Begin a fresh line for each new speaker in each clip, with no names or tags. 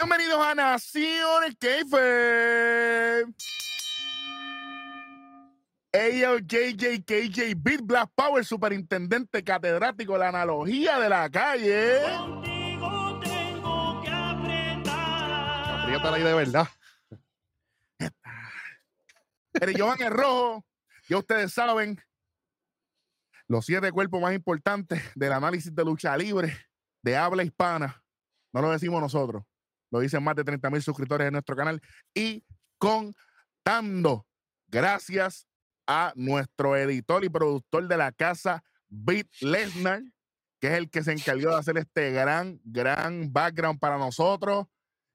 Bienvenidos a Nación Keife. Ella JJ KJ Beat Black Power, superintendente catedrático, la analogía de la calle.
Contigo tengo que apretar.
ahí de verdad.
El Johan el Rojo, ya ustedes saben, los siete cuerpos más importantes del análisis de lucha libre de habla hispana. No lo decimos nosotros, lo dicen más de 30 mil suscriptores en nuestro canal y contando. Gracias a nuestro editor y productor de la casa, Beat Lesnar, que es el que se encargó de hacer este gran, gran background para nosotros.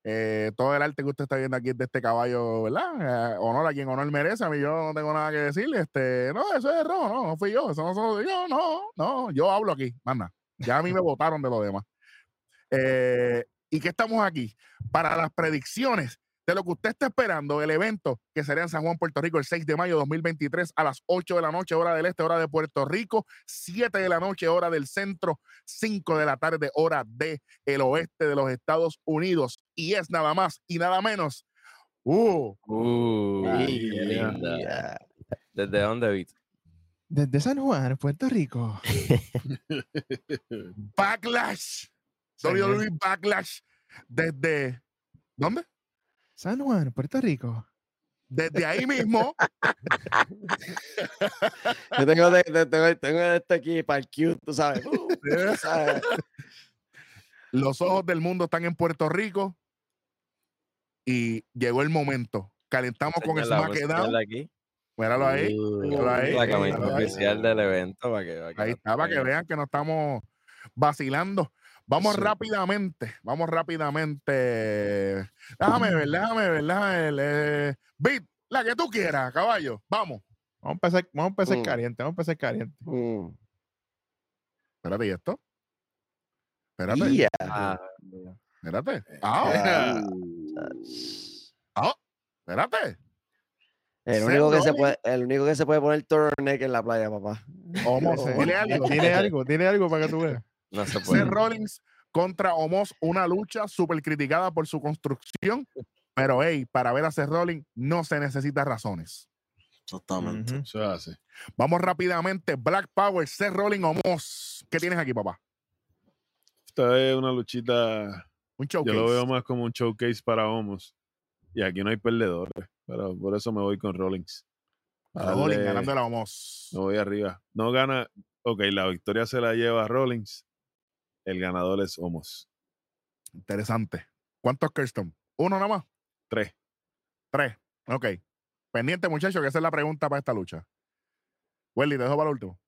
Eh, todo el arte que usted está viendo aquí es de este caballo, ¿verdad? Eh, honor a quien honor merece. A mí yo no tengo nada que decirle. Este, no, eso es error, no, no fui yo. Eso no soy yo, no, no. Yo hablo aquí, manda. Ya a mí me votaron de lo demás. Eh, ¿Y qué estamos aquí? Para las predicciones de lo que usted está esperando del evento que será en San Juan, Puerto Rico, el 6 de mayo de 2023 a las 8 de la noche, hora del este, hora de Puerto Rico, 7 de la noche, hora del centro, 5 de la tarde, hora de el oeste de los Estados Unidos. Y es nada más y nada menos. Uh,
Ay, qué linda. ¿Desde dónde, Vito?
Desde San Juan, Puerto Rico.
Backlash. WWE Backlash. Desde. ¿Dónde?
San Juan, Puerto Rico.
Desde ahí mismo.
Yo tengo, de, de- tengo, tengo este aquí para el cute, tú sabes. Uh, tú sabes.
Los ojos del mundo están en Puerto Rico. Y llegó el momento. Calentamos con
Enséñala, vamos a
SmackDown.
enseñarla aquí.
Míralo ahí. míralo ahí,
La
míralo
camisa
ahí.
oficial del evento. Para que, para que
Ahí
la
está, para que
tengan.
vean que no estamos vacilando. Vamos
Sí.
rápidamente, vamos rápidamente. Déjame ver, déjame ver, déjame ver. eh, Bit, la que tú quieras, caballo. Vamos.
Vamos a empezar, vamos a empezar
Mm.
caliente, vamos a empezar caliente.
Mm.
Espérate, ¿y esto? Espérate,
Yeah.
Ah,
espérate. Ah,
Ah,
espérate.
el,
Ser
único que se
noble.
puede, el único que se puede poner turtleneck en la playa, papá.
Homos,
Ese-
dile algo.
Tiene algo, tiene algo para que tú veas.
no se puede.
Seth Rollins contra Omos, una lucha súper criticada por su construcción. Pero, hey, para ver a Seth Rollins no se necesitan razones.
Exactamente.
Ujú.
Eso es así.
Vamos rápidamente. Black Power, Seth Rollins, Omos. ¿Qué tienes aquí, papá?
Esta es una luchita.
Un show.
Yo lo veo más como un showcase para Homos. Y aquí no hay perdedores. Pero por eso me voy con Rollins. Para
Rollins
darle-
ganando la Omos.
Eh, No voy arriba. No gana. Ok, la victoria se la lleva Rollins. El ganador es Homos.
Interesante. ¿Cuántos Kirsten? Uno nada más.
Tres.
Tres. Ok. Pendiente, muchacho, que esa es la pregunta para esta lucha. Welly, te dejo para el último.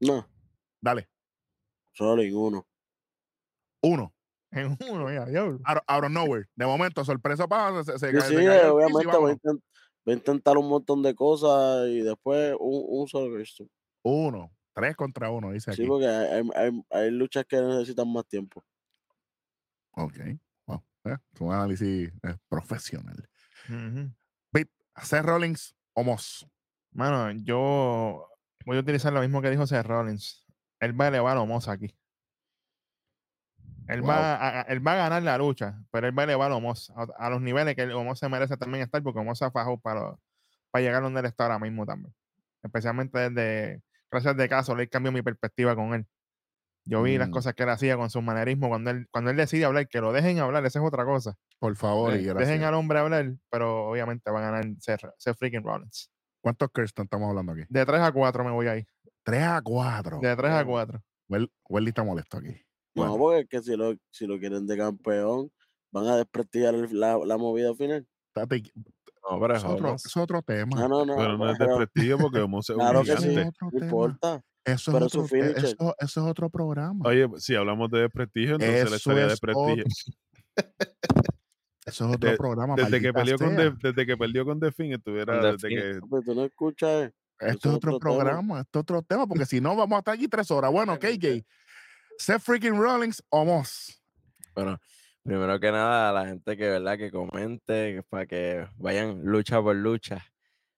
No,
Dale.
Rolling uno.
Uno.
En uno, mira, diablo.
Out, out of nowhere. De momento, sorpresa para. Se, se,
Yo
se
sí,
cayó el
eh,
piso y
obviamente voy a,
vámonos.
intent- voy a intentar un montón de cosas y después un, un solo Cristo.
Uno. Tres contra uno, dice aquí.
Sí, porque hay, hay- hay- hay luchas que necesitan más tiempo.
ok. Wow. Eh, Un análisis eh, profesional.
Ujú.
Seth Rollins, Omos.
Mano, yo voy a utilizar lo mismo que dijo Seth Rollins. Él va a elevar a Omos aquí. Él,
Wow.
va a, a- él va a ganar la lucha, pero él va a elevar a Omos a, a los niveles que el Omos se merece también estar, porque Omos se ha fajado para, para llegar donde él está ahora mismo también. Especialmente desde, gracias de caso, le cambió mi perspectiva con él. Yo vi las
Mm.
cosas que él hacía con su manerismo, cuando él, cuando él decide hablar, que lo dejen hablar, esa es otra cosa.
Por favor, y
Eh, Dejen
gracias.
al hombre hablar, pero obviamente va a ganar Seth, Seth freaking Rollins.
¿Cuántos Kirsten estamos hablando aquí?
De 3 a 4 me voy ahí.
Tres a cuatro.
De 3 a 4.
Wel- Welly está molesto aquí.
No,
Bueno.
porque es que si lo, si lo quieren de campeón, van a desprestigiar el- la, la movida final. Ah,
Tati,
No, pero es
es, otro,
Homos.
es otro tema.
No, no, no.
Pero no es de
pero
prestigio porque Homos es un
Claro que
Eso
sí.
gigante.
otro
no
este tema.
importa.
Eso,
Pero
es
su
otro, te-
finisher.
eso, eso es otro programa.
Oye, si hablamos de desprestigio, entonces él
Eso
estaría de
es
prestigio.
eso es otro
de-
programa.
Desde que,
maldita
peleó con
sea.
The- desde que perdió con The Finn, estuviera.
Con The
desde
Finn.
que-
Pero tú no escuchas. eh.
Esto es otro,
otro tema.
programa, esto es otro tema, porque si no vamos a estar aquí tres horas. Bueno, KJ, Seth freaking Rollins o Moss.
Bueno, primero que nada, a la gente que, ¿verdad? Que comente, que- para que vayan lucha por lucha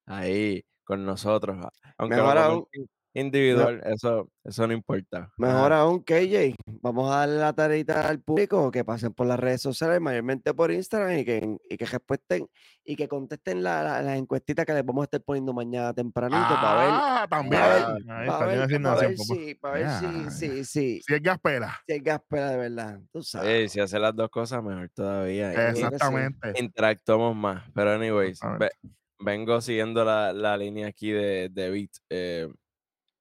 ahí con nosotros. a- Aunque lo
Mejor aún,
comenten- individual, eso, eso no importa.
Mejor aún, KJ. Vamos a darle la tareita al público que pasen por las redes sociales, mayormente por Instagram, y que, y que respuesten y que contesten la- la- las encuestitas que les vamos a estar poniendo mañana tempranito para ver.
Ah, también.
a ver,
Ah, ahí
Para
está, tiene
ver, pa'
asignación,
ver
papá.
si, para ver
Ah,
si, si, si,
Si es Gaspera.
si hay gaspera de verdad. Tú
Eh,
sabes.
si hace las dos cosas, mejor todavía. y
sí.
Exactamente.
Interactuamos más. Pero, anyways, ve-
Exactamente.
vengo siguiendo la, la línea aquí de, de Beat. Eh,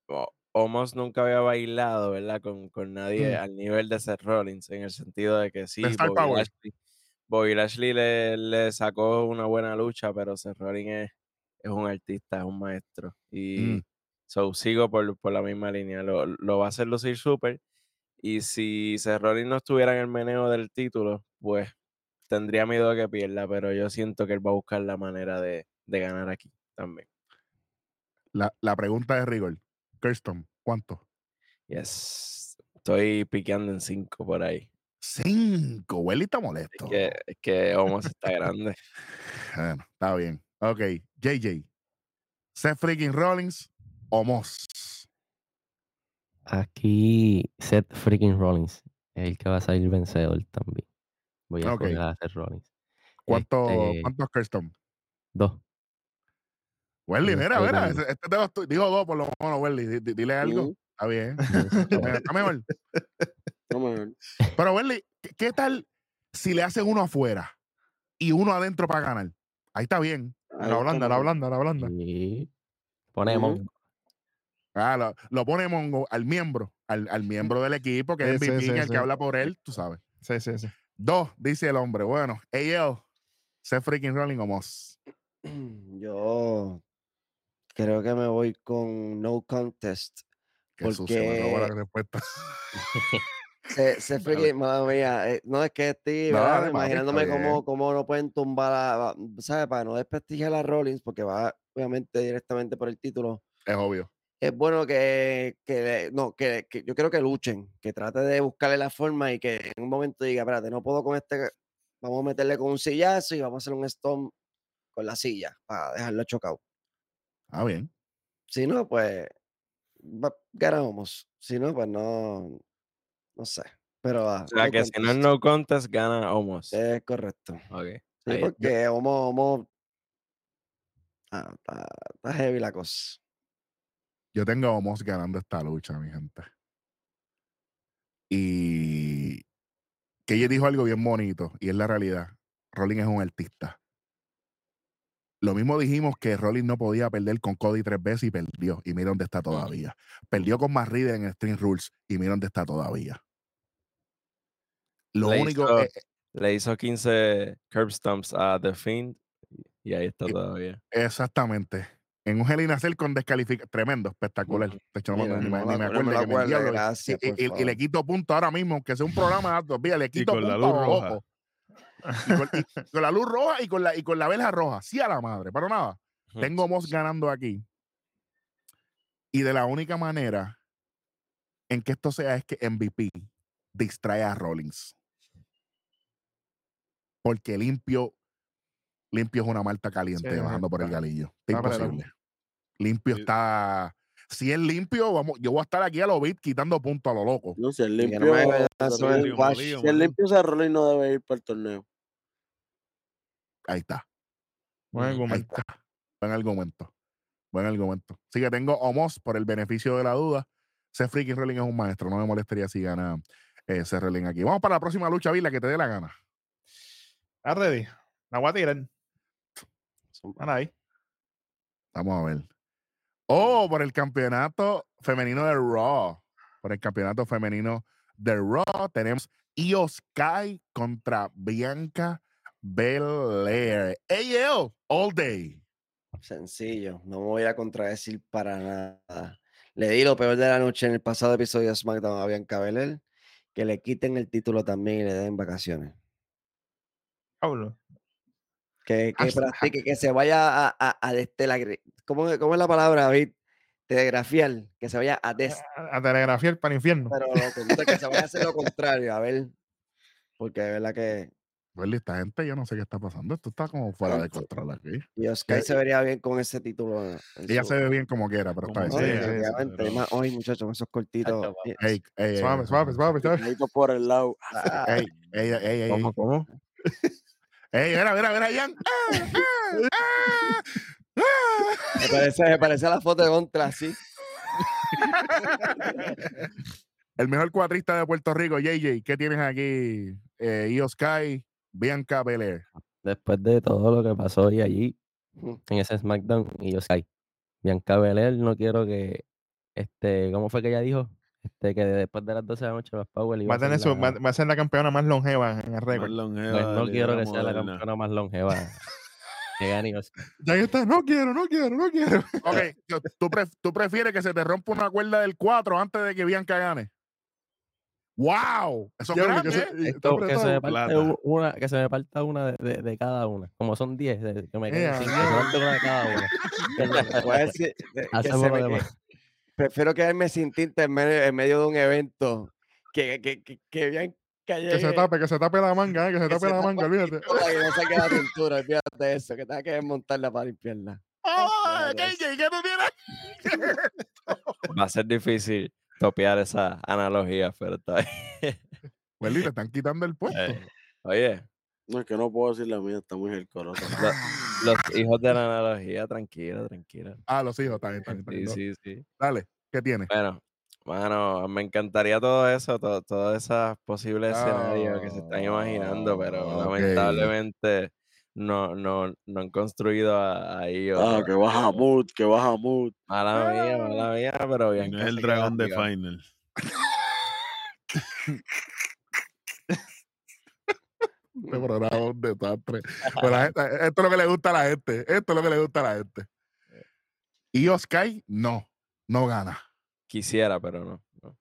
o- Omos nunca había bailado, ¿verdad? Con, con nadie
Mm.
al nivel de Seth Rollins, en el sentido de que sí,
Star
Bobby
Power.
Lashley, Bobby Lashley le, le sacó una buena lucha, pero Seth Rollins es, es un artista, es un maestro. Y so, sigo por, por la misma línea. Lo, lo va a hacer lucir súper. Y si Seth Rollins no estuviera en el meneo del título, pues tendría miedo de que pierda, pero yo siento que él va a buscar la manera de, de ganar aquí también.
La, la pregunta de rigor. Kirsten, ¿cuánto?
Yes. Estoy piqueando en cinco por ahí.
Cinco. Welly está
Es
molesto.
que, es que Omos está grande.
Bueno, está bien. Ok, JJ. Seth freaking Rollins o Moss.
Aquí Seth freaking Rollins es el que va a salir vencedor también. Voy a
Ok.
escoger a Seth Rollins.
¿Cuánto,
Este,
¿Cuántos Kirsten?
Dos.
Welly,
yo
mira,
estoy
mira.
dando.
Este este de los tu- digo dos por lo menos, Welly. di- di- Dile algo.
Ujú.
Está bien.
Entonces,
Está mejor, está mejor.
No, mejor.
Pero, Welly, ¿qué- ¿qué tal si le hacen uno afuera y uno adentro para ganar? Ahí está bien.
Ahí
La
está
blanda, la
mejor.
blanda, la blanda.
y Ponemos.
Ah, lo, lo pone Mongo al miembro, al, al miembro del equipo, que es
Sí, sí,
MVP,
sí,
el
sí.
que habla por él, tú sabes.
Sí, sí, sí.
Dos, dice el hombre. Bueno, AL, Seth freaking Rollins o Moss.
Yo creo que me voy con no contest.
Qué sucio, me robó la
Porque-
respuesta.
Se, se
Dale.
freaking, mala mía, eh, no es que estoy
No,
¿verdad?
dale, papi, está
imaginándome
bien.
cómo, cómo no pueden tumbar a, a- ¿sabes? Para no desprestigiar a Rollins, porque va obviamente directamente por el título.
Es obvio.
Es bueno que, que le- no, que, que yo creo que luchen, que trate de buscarle la forma y que en un momento diga, espérate, no puedo con este, vamos a meterle con un sillazo y vamos a hacer un stomp con la silla para dejarlo chocado.
Ah, bien.
Si no, pues va- ganamos. Si no, pues no, no sé. Pero ah,
O sea,
no
que si no es
contest.
no contest, gana Omos.
Es correcto. Sí,
Ok. Ahí-
porque homo, homo. Ah, está, está heavy la cosa.
Yo tengo a Moss ganando esta lucha, mi gente. Y que ella dijo algo bien bonito, y es la realidad. Rollins es un artista. Lo mismo dijimos que Rollins no podía perder con Cody tres veces y perdió. Y mira dónde está todavía. Perdió con más en el String Rules y mira dónde está todavía. Lo
Le
único
hizo-
eh,
Le hizo 15 curb stumps a The Fiend y ahí está todavía.
e, Exactamente. En un Hell in a Cell con descalificación. Tremendo, espectacular. De hecho, no, me-
Mira,
ni
no
me,
me
ni me
acuerdo, no
acuerdo
me
que me
acuerdo,
diablo-
gracias,
y,
por
y- y le
favor.
quito punto ahora mismo, aunque sea un programa de altos días, le quito
con la
punto a
luz
los
roja.
ojos. Y con, y con la luz roja y con la, y con la verja roja. Sí, a la madre, pero nada.
Ujú.
Tengo Moss ganando aquí. Y de la única manera en que esto sea es que MVP distrae a Rollins. Porque limpio, limpio es una malta caliente
no,
bajando por el
está-
galillo. Está
está apretado.
imposible. Limpio
Sí.
está. Si es limpio, vamos, yo voy a estar aquí a lo bit quitando punto a lo loco.
No, si el
Y que
limpio.
no me haga
Seth
eso,
Rollins-
el wash.
Molido,
Si el limpio se rola y no debe ir para el torneo.
Ahí está.
Buen
Ahí
argumento.
está. Buen argumento. Buen argumento. Así que tengo Omos por el beneficio de la duda. Seth freaking Rolling es un maestro. No me molestaría si gana eh, Seth Rollins aquí. Vamos para la próxima lucha, Vila, que te dé la gana.
¿Estás Ah, ready? La voy a tirar. Van ahí.
Vamos a ver. Oh, por el campeonato femenino de Raw. Por el campeonato femenino de Raw tenemos Io Sky contra Bianca Belair. AL All Day.
Sencillo. No me voy a contradecir para nada. Le di lo peor de la noche en el pasado episodio de SmackDown a Bianca Belair, que le quiten el título también y le den vacaciones.
Pablo.
Que, que
Hashtag.
practique, que se vaya a, a, a destelar- ¿Cómo, cómo es la palabra, David? Telegrafiar, que se vaya a dest
A, a telegrafiar para el infierno.
Pero lo que- que se vaya a hacer lo contrario, a ver. Porque de verdad que.
Welly, esta gente, yo no sé qué está pasando. Esto está como fuera de
Tanto.
control aquí.
Y Oscar
Que-
se vería bien con ese título. en- en
Ella
su-
se ve bien como quiera, pero está bien.
No,
Como Sí, sí, sí,
definitivamente,
pero-
y más hoy, muchachos, con esos cortitos.
Alto,
eh,
Ey, ey, ey,
Suave, suave, suave, suave.
Ahí por el lado.
ah,
Ey, ey, ey, ey, ey.
¿Cómo, cómo?
Ey, mira, mira, mira, Jan. Ah, ah, ah, ah.
me, parece, me parece a la foto de Contra, sí.
El mejor cuatrista de Puerto Rico, JJ. ¿Qué tienes aquí? Eh, Io Sky, Bianca Belair.
Después de todo lo que pasó hoy allí,
Mm.
en ese SmackDown, y yo Sky. Bianca Belair, no quiero que. este ¿Cómo fue que ella dijo? Este, que después de las 12 de la noche, los Power. iba
Va a, tener
ser
su-
la-
va, va a ser la campeona más longeva en el récord.
Pues no quiero que sea la campeona más longeva. que gane Io Sky.
Ya está, no quiero, no quiero, no quiero.
Ok, yo- ¿tú, pref- tú prefieres que se te rompa una cuerda del 4 antes de que Bianca gane? ¡Wow! Eso es
Diablo,
grande,
que se-
¿eh?
eh, está
Esto, que, se
apretado.
me parte
plata.
u- una, que se me parta una de, de- de cada una. Como son 10, de- que me
Ea,
queden cinco,
ea.
solamente una de cada una.
Te voy a decir, eh, que
Hacemos
se
lo
me que-
demás.
Prefiero quedarme sin tinta en medio, en medio de un evento que, que, que, que bien
Que se tape, que se tape la manga, eh, que se
Que
tape
se
la
tape
manga, olvídate.
Que no saque la cintura, olvídate de eso, que tenga que desmontarla para limpiarla.
¡Ah,
Claro.
JJ, ¿qué tú tienes?
Va a ser difícil topear esa analogía, pero está bien.
Welly, Pues, te están quitando el puesto.
Eh, Oye,
No, es que no puedo decir la mía, está muy gelcorosa.
lo- los hijos de la analogía, tranquila, tranquila.
Ah, los hijos, está bien, está bien, está
Sí,
bien, no.
sí, sí.
Dale, ¿qué tienes?
Bueno, bueno, me encantaría todo eso, to- todos esos posibles escenarios que se están imaginando, pero
Ah, ok.
lamentablemente no, no, no han construido a, a ellos.
Ah, que baja mood, que baja mood.
Mala mía, mala mía, pero bien.
No es el dragón de Final.
Este programa es un desastre. Pero la gente- esto es lo que le gusta a la gente. Esto es lo que le gusta a la gente. Y Oscar, no, no gana.
Quisiera, pero no. no.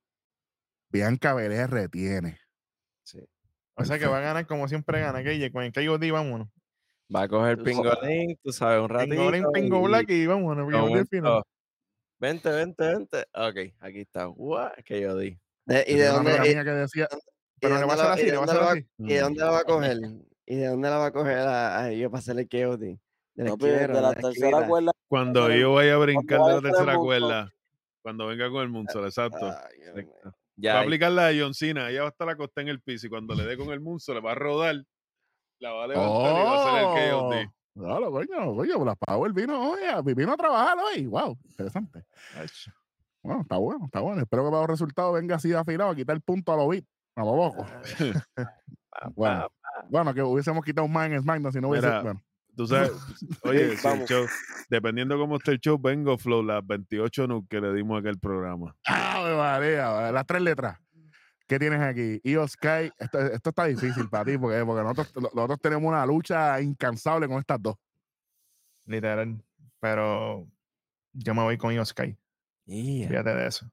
Bianca Belair retiene.
Sí.
O sea que va a ganar como siempre gana, que con el KOD vámonos.
Va a coger
Tú sabes.
pingolín, tú sabes, un ratito.
Pingo Blanco, Pingo
y-
Black y vámonos.
y
porque
con
no tiene
un
final.
to- Vente, vente, vente. Ok, aquí está. Guau, que yo di.
De- Eh, ¿Y
Yo
de
tenía una
dónde,
amiga
y-
mía que decía,
y de
Pero le va a
dónde
hacer
la-
así,
y de
le va a
dónde
hacer
la va-
así.
y de dónde la va a coger? ¿Y de dónde la va a coger a, a ellos para hacerle KOD? Del
Papi,
esquivero,
pues, de la tercera
esquivera.
cuerda.
Cuando
Ahora-
yo vaya a brincar de
ahora
la
está el
tercera
montón.
cuerda, cuando venga con el Moonsault, exacto. Va
Ay, Dios mío.
Perfecto.
a
Ya, y-
aplicar la de John Cena, ella va a estar acostada en el piso y cuando le dé con el Moonsault, le va a rodar, la va a levantar y va a hacer el
¡Oh!
KOD.
Claro, coño, coño, la Power vino hoy, a- vino a trabajar hoy. Wow, interesante. Bueno, está bueno, está bueno. Espero que para los resultados venga así afilado a quitar el punto a los bits. A lo loco. bueno, bueno, que hubiésemos quitado un man en SmackDown si no hubiese.
Mira,
bueno,
Tú sabes, pues, oye, si el
vamos.
show, dependiendo cómo esté el show, vengo Flow, las 28 nu que le dimos a aquel programa.
Ah, ¡Ave María! eh, Las tres letras. ¿Qué tienes aquí? Io Sky, esto, esto está difícil para ti porque, porque nosotros, lo- nosotros tenemos una lucha incansable con estas dos.
Literal. Pero yo me voy con Yoskai. Fíjate de eso.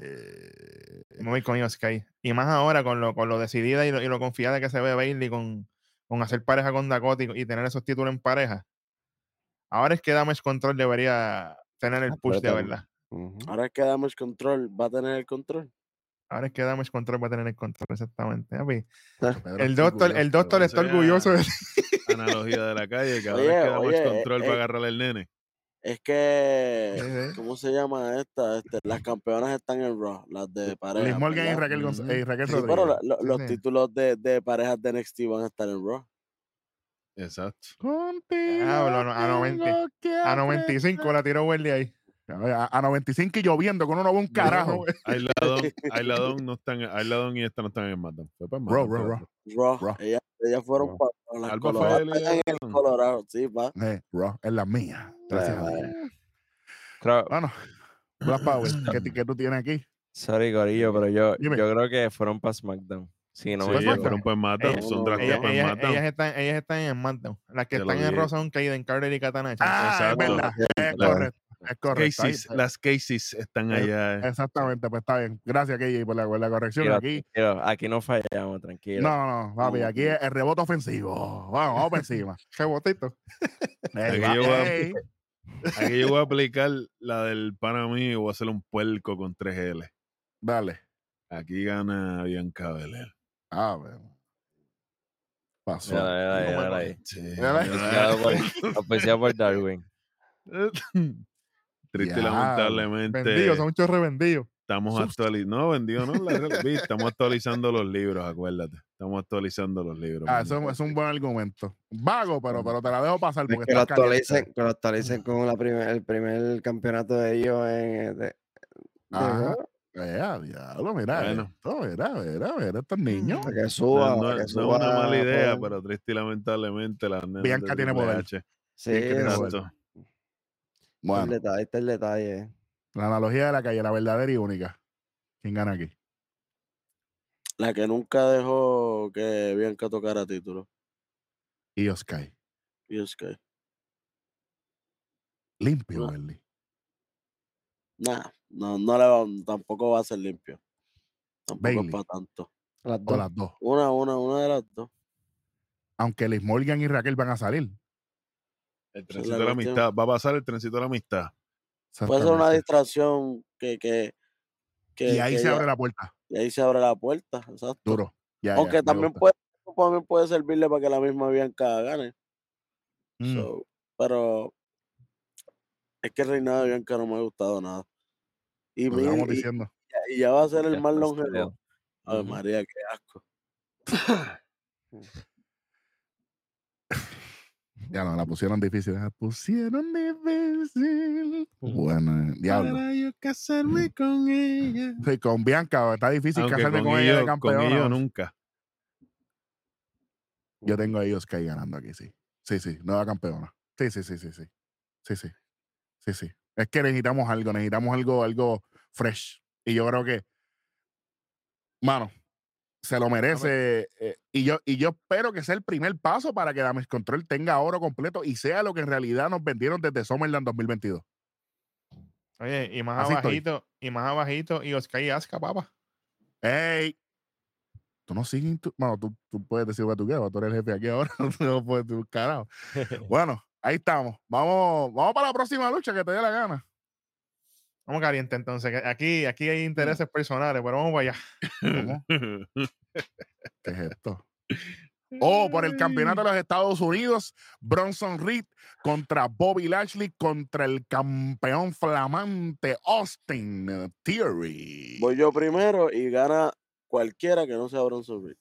Oye.
Me voy con Yoskai. Y más ahora con lo, con lo decidida y lo, y lo confiada que se ve Bailey con, con hacer pareja con Dakota y, y tener esos títulos en pareja. Ahora es que Damage Control debería tener el push de
Apriétame.
verdad.
Ujú.
Ahora es que Damage Control va a tener el control.
Ahora es que Damage Control va a tener el control, exactamente. papi.
Pedro
El
está
doctor, el
orgulloso,
doctor
Pero
está
eso ya-
orgulloso de
Analogía de la calle, que ahora
Oye,
es que damos
oye,
el control
eh,
para
eh.
agarrar el nene.
Es que.
Sí, sí.
¿Cómo se llama esta? Este, las campeonas están en Raw, las de pareja.
Liz Morgan y
¿verdad?
Raquel, Gonz-
Ujú.
y Raquel
Sí,
Sí,
Rodríguez.
pero la- lo-
Sí,
los
sí.
títulos de, de parejas de NXT van a estar en Raw.
Exacto.
Contigo
Diablo, no, a noventa-
tengo que
A 95
aprender.
la tiró Welly ahí.
A, a 95 y lloviendo, que uno no ve un carajo.
Ailadón, Ailadón no están, Ailadón y esta no están en SmackDown. Fue para
Bro,
SmackDown,
bro,
fíjate.
bro.
Raw.
Raw.
Ellas, ellas fueron
Raw.
para para las
Alba
Colorado.
Fabel y
Están en el
Ailadón.
Colorado, sí, va.
Eh, bro, es la mía. Gracias a Dios.
creo-
Bueno, Black Power, ¿qué, ti- qué tú tienes aquí?
sorry, Gorillo, pero yo,
Dime.
yo creo que fueron para SmackDown. Sí, no
Sí,
me
fue
ellas
equivoco.
SmackDown.
fueron para SmackDown,
Ellas-
pues, son
no,
Ellas,
trasteadas para
ellas-
SmackDown.
ellas están, ellas están en SmackDown. Las que
Te lo
están en
dije.
Raw son Kaden Carter y Katana Chance.
Ah, es
Exacto.
verdad. Es
Claro.
correcto. Es correcto. ahí
Cases,
está.
las cases están
Eh,
allá. eh.
Exactamente, pues está bien. Gracias, KJ, por la, por la corrección.
Tranquilo,
Aquí,
tranquilo, aquí no fallamos, tranquilo.
no, no, no, papi,
No,
aquí
no.
es el rebote ofensivo. Vamos, vamos por encima.
Rebotito.
Ey,
Aquí
va-
yo voy a-
ey,
Aquí yo voy a aplicar la del pana mío y voy a hacer un puerco con 3L.
Dale.
Aquí gana Bianca Belair.
Ah, bueno. Pasó.
Mírala, mírala ahí,
Como el-
mírala ahí.
Sí.
Auspiciado por- auspiciado por Darwin.
Triste y
Diablo.
lamentablemente.
Vendidos, son muchos revendidos.
Estamos actualizando. No, vendido, no. la real- vi, estamos actualizando los libros, acuérdate. Estamos actualizando los libros.
Ah, eso
mano.
es un buen argumento. Vago, pero, pero te la dejo pasar porque
que lo
estás caliente.
actualicen, que lo actualicen con la primer- el primer campeonato de ellos en, eh, de- de-
Ajá. Vea, diablo, mira.
Bueno.
Esto, mira, mira, mira, estos
Mm,
niños.
para que
No,
suba.
no-
para que
no es
suba,
una mala idea,
pues.
pero triste y lamentablemente la
Bianca tiene poder.
Sí,
que tiene
no,
poder.
está el
Bueno,
detalle, está el detalle.
la analogía de la calle, la verdadera y única. ¿Quién gana aquí?
La que nunca dejó que Bianca tocara título.
Y Oscar.
Y es que,
Limpio,
Ah.
Berly.
nada, no, no le va- tampoco va a ser limpio. Tampoco
Bailey.
es para tanto.
Las
O
dos.
las dos.
Una, una, una de las dos.
Aunque Liz Morgan y Raquel van a salir.
El
Esa es
trencito
la
de la
cuestión.
amistad. Va a pasar el trencito de la amistad.
Puede ser una
Exactamente.
distracción que. que que-
Y ahí
que
se
ya-
abre la puerta.
y ahí se abre la puerta, exacto.
Duro. Ya, ya,
Aunque
me
también,
gusta.
puede, también puede servirle para que la misma Bianca gane.
Mm.
So, pero es que el reinado de Bianca no me ha gustado nada. Y,
Lo
mi-
estamos
y-
diciendo.
y ya va a ser
Ya
el más
está,
longevo.
salió.
Ay,
Ujú.
María, qué asco.
Ya no, la pusieron difícil. La pusieron difícil. Bueno, eh, diablo.
Para yo casarme con ella.
Sí, con Bianca está difícil
Aunque
casarme
con,
con ella de
ellos, con
campeona.
ellos
¿no?
nunca.
Yo tengo a ellos que hay ganando aquí, sí. Sí, sí, nueva campeona. Sí, sí, sí, sí, sí. Sí, sí. Sí, sí. Es que necesitamos algo, necesitamos algo, algo fresh. Y yo creo que, mano, se lo merece. eh, y, yo, y yo espero que sea el primer paso para que Damage Control tenga oro completo y sea lo que en realidad nos vendieron desde Summerland 2022.
Oye, y más
Así estoy.
abajito, y más abajito, y Oscar y Aska, papá.
¡Ey! Tú no sigues. tu- Bueno, tú, tú puedes decir lo que tú quieras, tú eres el jefe aquí ahora. tú no puedes, tú, carajo. Bueno, ahí estamos. Vamos, vamos para la próxima lucha que te dé la gana.
Vamos caliente entonces. que Aquí, aquí hay
Mm.
intereses personales, pero vamos para allá.
¿Cómo? ¿Qué es esto? Oh, por el campeonato de
Mm.
los Estados Unidos, Bronson Reed contra Bobby Lashley contra el campeón flamante Austin Theory.
Voy yo primero y gana cualquiera que no sea Bronson Reed.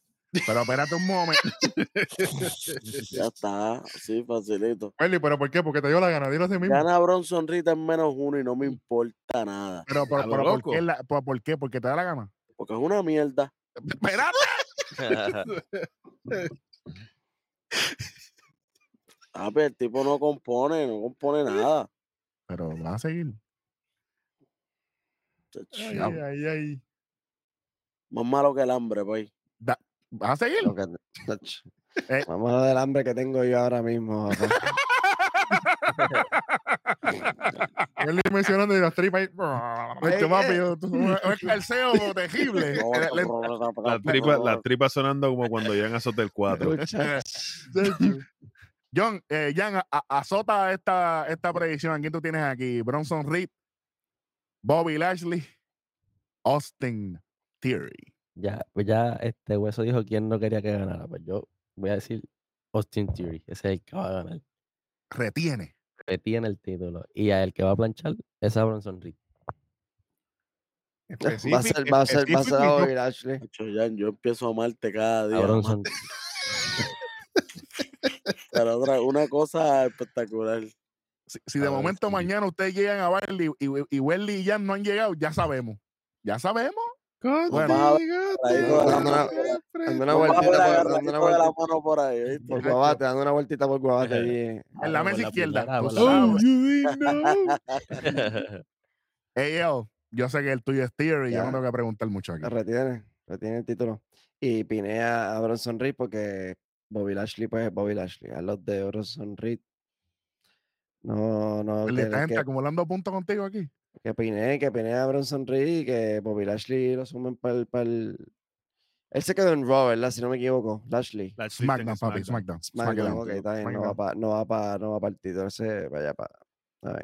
Pero espérate un momento.
Ya está, así facilito.
Welly, pero ¿por qué? Porque te dio la gana, dilo así mismo.
Gana Bronson Reed en menos uno y no me importa nada.
Pero,
A
pero,
lo
pero ¿por,
loco.
qué la- pero ¿por qué? ¿Porque te da la gana?
Porque es una mierda.
Espérate.
Ah, pero el tipo no compone, no compone nada.
Pero va a seguir.
Ay,
Ya.
ay, ay.
Más malo que el hambre, pues.
¿Vas a seguir?
Lo que, Ach,
Eh.
más malo del hambre que tengo yo ahora mismo. papá.
Welly mencionando de las tripas. ahí.
Ay,
Ey,
papi,
ey.
yo- tú- un un escalceo terrible. Eh, Le- le-
Las tripas las tripas sonando como cuando llegan a Sotel 4.
eh, John, eh, Jan, a- a- azota esta, esta predicción. ¿A quién tú tienes aquí? Bronson Reed, Bobby Lashley, Austin Theory.
Ya, pues ya este hueso dijo quién no quería que ganara. Pues yo voy a decir Austin Theory. Ese es el que va a ganar.
Retiene.
Retiene el título. Y a el que va a planchar es a Bronson Reed.
Pues
va a ser, va a ser, va a ser a Bobby Lashley.
Nacho, Jan, yo empiezo a amarte cada
A
día. más.
Bronson.
Pero otra, una cosa espectacular.
Si, si de
Ah,
momento
Austin Theory.
mañana ustedes llegan a Bailey y, y, y Welly y Jan no han llegado, ya sabemos. Ya sabemos.
Vamos a
Bueno,
Traigo la-
Dando una, dando una
Vamos a
vueltita
ver,
por,
agarra
dando una
esto de la
vuelti-
mano por ahí. ¿viste?
por Guabate, dando una vueltita por Guabate allí.
en la
Ah,
mesa
la
izquierda.
primera,
tú
por la
Oh,
sabes.
Bronson.
Ey, yo, yo sé que el tuyo es Theory, yo no
Ya.
tengo que preguntar mucho aquí.
Retiene, retiene el título. Y piné a, a Bronson Reed porque Bobby Lashley, pues es Bobby Lashley. A los de Bronson Reed. No, no,
Welly,
que,
esta gente
que,
acumulando puntos contigo aquí.
que piné, que piné a Bronson Reed y que Bobby Lashley lo sumen para el, Él se quedó en Raw, ¿verdad? Si no me equivoco, Lashley.
SmackDown, papi, SmackDown.
SmackDown,
SmackDown.
ok, está bien, no
SmackDown.
va para, no va para, no va para el título, ese vaya para.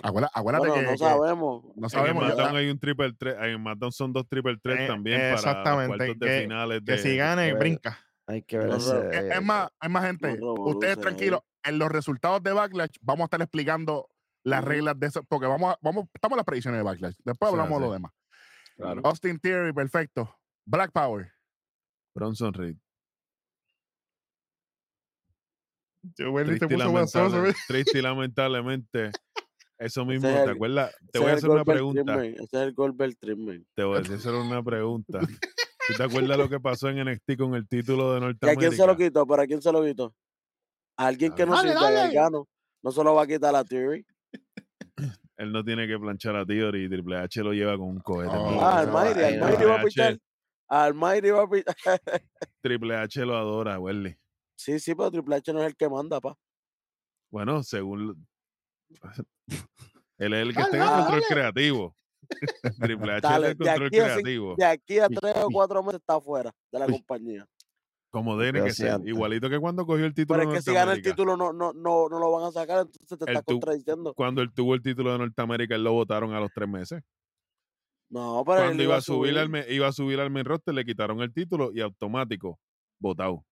Acuérdate, acuérdate
Bueno,
que,
no
que-
sabemos. Eh,
no
En el
sabemos. ya está.
Matón hay un triple 3, en el Matón son dos triple 3
Eh,
también para los
exactamente,
cuartos de
que-
finales de
Que si gane,
Bueno.
brinca.
Hay que ver
No,
ese-
no,
Es, e, es más, es más gente.
no, no,
Ustedes
no,
tranquilos. En los resultados de Backlash vamos a estar explicando las reglas de eso. Porque vamos a- vamos, estamos en las predicciones de Backlash. Después
Sí,
hablamos de
sí.
lo demás.
Claro.
Austin Theory, perfecto. Black Power.
Bronson Reed.
Yo, Wendy, te
Triste y,
puso guasoso,
lamentable-
¿ves?
triste y lamentablemente. Eso mismo,
es
¿te
el-
acuerdas? Te
Ese
voy a
es el
hacer una
Goldberg
pregunta.
treatment, Ese es el Goldberg treatment.
Te voy a hacer una pregunta. ¿Tú te acuerdas lo que pasó en NXT con el título de
¿Y a
Norteamérica?
quién se lo quitó? ¿Para quién se lo quitó? A alguien que no
Dale,
sirve
dale.
de gano. No se lo va a quitar la Theory.
Él no tiene que planchar a Theory y Triple H lo lleva con un cohete.
Oh,
mano.
Ah,
no,
Almighty,
ahí no.
Almighty va a
Triple
pitar.
H,
Almighty va a pitar.
Triple H lo adora, Welly.
Sí, sí, pero Triple H no es el que manda, pa.
Bueno, según. lo- Él es el que está en el
Dale,
control creativo. Triple H es
Dale,
el
de
control
aquí a cinco-
creativo.
De aquí a
Uy,
tres o
uy.
cuatro meses está fuera de la compañía.
Como tiene que ser.
Desgraciante.
Igualito que cuando cogió el título
Pero
de
es que si gana el
Norteamérica.
título no, no, no, no lo van a sacar, entonces te
El
estás
tu-
contradiciendo.
Cuando él tuvo el título de Norteamérica, él lo votaron a los tres meses.
No, pero él
Cuando iba a subir al me- iba a subir al main roster, le quitaron el título y automático, votado.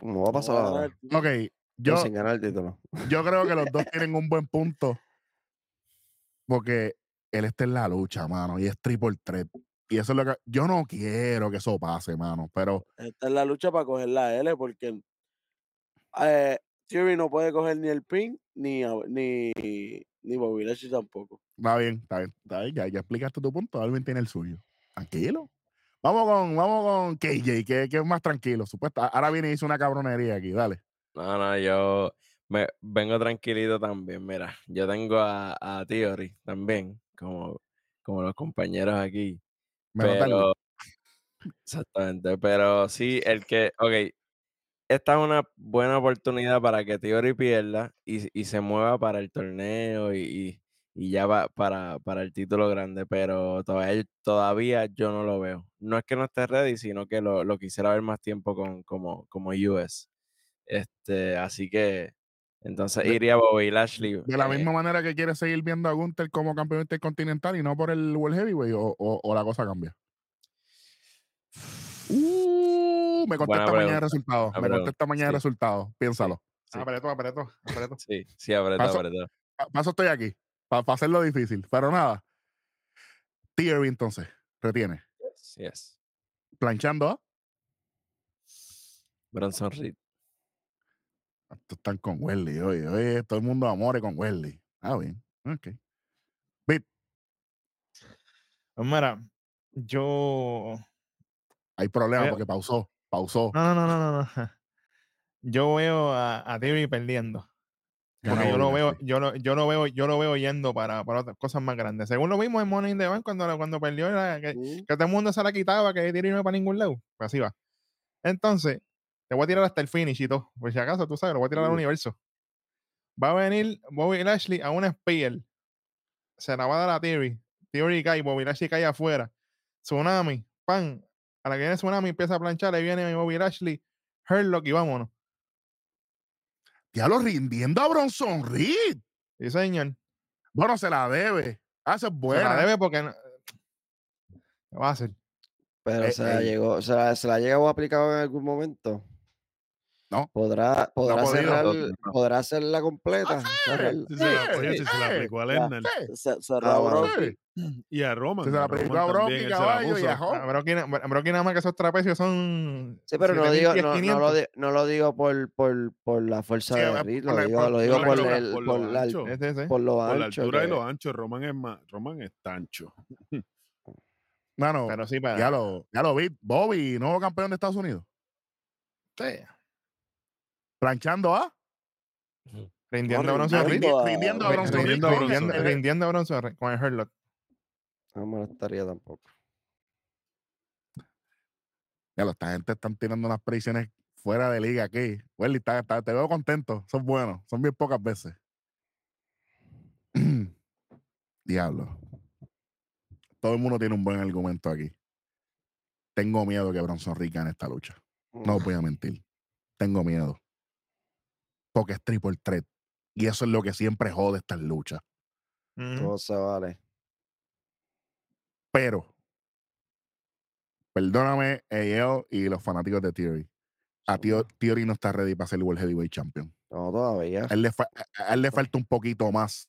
No va a
No
pasar
va a
nada.
ganar el-
Ok. Yo,
Yo, sin ganar el título.
yo creo que los dos tienen un buen punto. Porque él está en la lucha, mano. Y es triple threat. Y eso es lo que. Yo no quiero que eso pase, mano. Pero
Esta es la lucha para coger la L, porque eh, Theory no puede coger ni el pin, ni, a- ni, ni Bobby Lashley tampoco.
está bien, está bien. Está bien ya, ya explicaste tu punto. Alvin tiene el suyo. Tranquilo. Vamos con, vamos con KJ, que, que es más tranquilo. Supuesto. Ahora viene y hizo una cabronería aquí. Dale.
No, no, yo me vengo tranquilito también. Mira, yo tengo a, a Theory también, como, como los compañeros aquí.
Menos Darwin.
Pero, exactamente, pero sí, el que, ok, esta es una buena oportunidad para que Theory pierda y, s- y se mueva para el torneo y, y- y ya va para, para el título grande, pero todavía, yo- todavía yo no lo veo. No es que no esté ready, sino que lo, lo quisiera ver más tiempo con, como, como US. Este, así que, entonces
De-
iría Bobby Lashley.
De la
eh,
misma manera que quiere seguir viendo a Gunther como campeón intercontinental y no por el World Heavyweight, o, o- o la cosa cambia. Uh, me contesta mañana el
pregunta,
resultado.
buena
Me contesta
pregunta,
mañana el
ah, sí.
resultado. Piénsalo.
Sí.
Apretó, apretó, apretó.
Sí, sí, apretó,
Paso-
apretó.
Pa- Para eso estoy aquí. Para hacerlo difícil. Pero nada. Theory entonces. Retiene.
Yes, yes.
Planchando ¿ah? a.
Bronson Reed.
Estos están con Welly. Oye, oye, todo el mundo amore con Welly. Ah, bien. Ok.
Pues mira, yo.
Hay problema
Oye.
porque pausó. Pausó.
No, no, no, no, no, no. Yo veo a, a Theory perdiendo.
Gana
Porque yo lo
Bobby
veo,
Lashley.
yo lo, yo lo veo, yo lo veo yendo para, para otras cosas más grandes. Según lo vimos en Money in the Bank cuando, la- cuando perdió la- que,
Mm.
que todo el mundo se la quitaba, que Theory no iba para ningún lado. Pues así va. Entonces, te voy a tirar hasta el finish y todo. Por si acaso, tú sabes, lo voy a tirar al
Uh.
universo. Va a venir Bobby Lashley a una Spear. Se la va a dar a Theory. Theory cae, Bobby Lashley cae afuera. Tsunami, pan. A la que viene Tsunami empieza a planchar, ahí viene Bobby Lashley, Herlock y vámonos.
Diablo, rindiendo a Bronson Reed.
Sí, señor.
Bueno, se la debe. Ah, eso es
Se
buena.
la debe porque. no- ¿Qué va a hacer?
Pero
Eh,
se la
eh.
llegó, se la, se la llegó aplicado en algún momento.
No.
Podrá, podrá
podido. Ah,
cerrar,
No, no.
podrá hacerla completa. cerrarla.
Si se la,
Sí,
oye, si se la
sí,
aplicó a
ya.
Lennart
Sí,
Se- cerró
Ah, bueno.
Brock.
sí.
y a Roman.
Si se la aplicó a Brock y caballo y a Hulk.
Ah, Brocky na- Brocky nada más que esos trapecios son.
Sí, pero no,
7,000
digo,
pies
no, no
500.
lo di- no lo digo por, por, por la fuerza
Sí,
de
eh,
Reed,
por
lo
la-
digo,
por-
lo
por ¿eh?
digo
la
por,
altura,
el,
por
por,
lo
la, al-
ancho.
Sí, sí, sí.
por lo
Por la
ancho
altura y
que-
lo ancho, Roman es más, Roman es tancho.
Mano,
Pero sí, para.
ya lo, ya lo vi. Bobby, nuevo campeón de Estados Unidos.
Sí.
Planchando a.
Rindiendo a
No,
Bronson Reed.
rindiendo
rindi- Rindiendo a
Ri-
Bronson Reed,
Rindiendo
cabrón.
rindiendo-
El- el-
rindiendo a Bronson Reed con el Herlock.
No me molestaría tampoco.
Ya lo, esta gente están tirando unas predicciones fuera de liga aquí. Welly, está- está- te veo contento. Son buenos. Son bien pocas veces. Diablo. Todo el mundo tiene un buen argumento aquí. Tengo miedo que Bronson Rica en esta lucha. No voy a mentir. Tengo miedo. Porque es triple threat. Y eso es lo que siempre jode estas luchas.
Ujú.
Todo
pues, ¿eh?
se vale.
Pero, perdóname, AL y los fanáticos de Theory. A Teo- Theory no está ready para ser World Heavyweight Champion.
No, todavía.
A él, le fa- a- a él le falta un poquito más.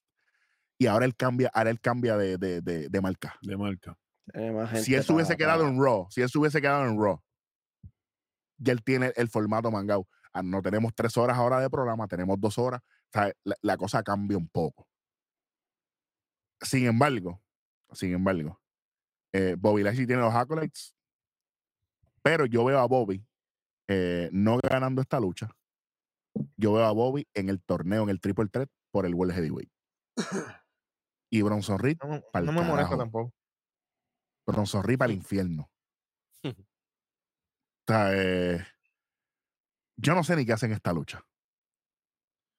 Y ahora él cambia, ahora él cambia de, de- de- de marca.
de marca.
Tiene Eh, más
Si
gente
él se hubiese
para-
quedado
para-
en Raw, si él se hubiese quedado en Raw, ya él tiene el formato mangao. Ah, No tenemos tres horas ahora de programa, tenemos dos horas. O sea, la, la cosa cambia un poco. Sin embargo, sin embargo, eh, Bobby Lashley tiene los accolades, pero yo veo a Bobby eh, no ganando esta lucha. Yo veo a Bobby en el torneo, en el Triple Threat, por el World Heavyweight. y Bronson Reed,
No, me-
Pa'l
no me molesta
carajo.
tampoco.
Bronson Reed para el infierno. O sea, eh, yo no sé ni qué hacen esta lucha.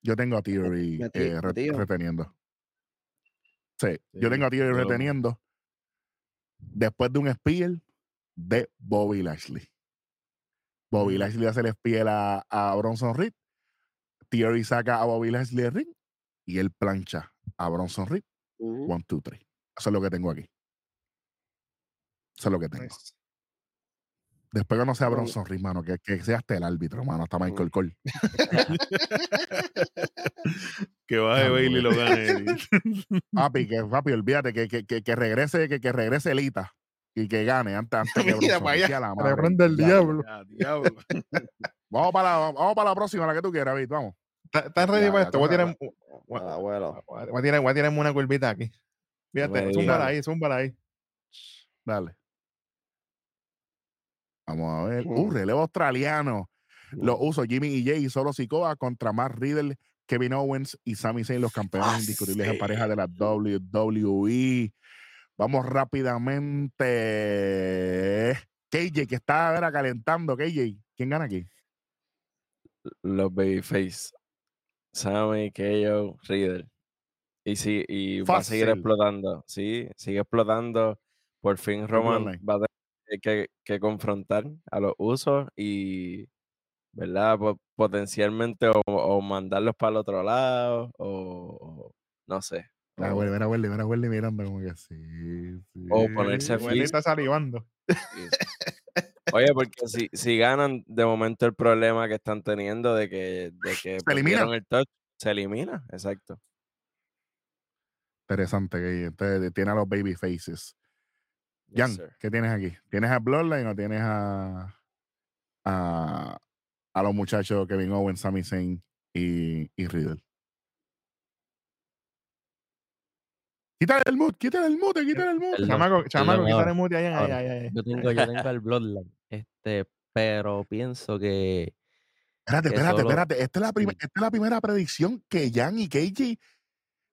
Yo tengo a Theory
meti-
eh, re-
metido.
reteniendo. Sí, yo
Sí,
tengo a Theory
yo-
reteniendo. Después de un spiel de Bobby Lashley. Bobby Lashley hace el spiel a, a Bronson Reed. Theory saca a Bobby Lashley del ring y él plancha a Bronson Reed.
Ujú.
One, two, three. Eso es lo que tengo aquí. Eso es lo que tengo. Después que no sea
Bueno,
Bronson Reed, mano, que, que sea hasta el árbitro, mano, hasta Michael Cole.
Que baje
Ah,
Bailey y lo gane. Eddie.
Papi, que, papi, olvídate, que, que, que, que regrese, que, que regrese Elita y que gane antes, antes que
Mira
Bronson
pa'
Reed,
allá,
ya la
Para
madre,
aprender el
ya.
diablo.
Ya, diablo.
Vamos para, la, vamos para la próxima, la que tú quieras, Vic, vamos.
¿Estás estás ready
Ya,
para
la
esto? Voy a
cosa-
tirar- voy
Ah,
a-
abuelo.
voy a tirar- voy a tirarme una curvita aquí. Fíjate,
me
zúmbala
digas.
ahí, zúmbala ahí.
Dale. Vamos a ver. Uh,
Mm.
relevo australiano. Los usos Jimmy y Jay y solo Sikoa contra Matt Riddle, Kevin Owens y Sami Zayn, los campeones
Ah,
indiscutibles en
sí.
pareja de la WWE. Vamos rápidamente. KJ, que está ahora calentando. KJ, ¿quién gana aquí?
Los Babyface. Sammy, KO, Riddle. Y sí, y va a seguir
Fácil.
explotando. Sí, sigue explotando. Por fin
online.
Roman va a tener que, que confrontar a los usos y, ¿verdad? Po- potencialmente o, o mandarlos para el otro lado o, o no sé.
Mira,
o-
huele, mira, huele, mira, huele mirando como que sí.
O ponerse
sí.
Wendy
físico.
está salivando.
Oye, porque si, si ganan, de momento el problema que están teniendo de que, de que
Se elimina.
perdieron el touch se elimina, exacto.
Interesante, KJ. Entonces, tiene a los baby faces.
Yes,
Jan,
sir.
¿qué tienes aquí? ¿Tienes a Bloodline o tienes a, a, a los muchachos Kevin Owens, Sami Zayn y, y Riddle? Quítale el mood, quítale el mood, quítale el mood.
Perdón,
Chamaco, chamaco,
perdón,
quítale
ahora,
el mute ahí. ahí,
ahora.
ahí, ahí.
Yo tengo, yo tengo el Bloodline, este, pero pienso que
Espérate,
que
espérate,
solo-
espérate. Esta es la, prim-
Mm.
esta es la primera predicción que Jan y KJ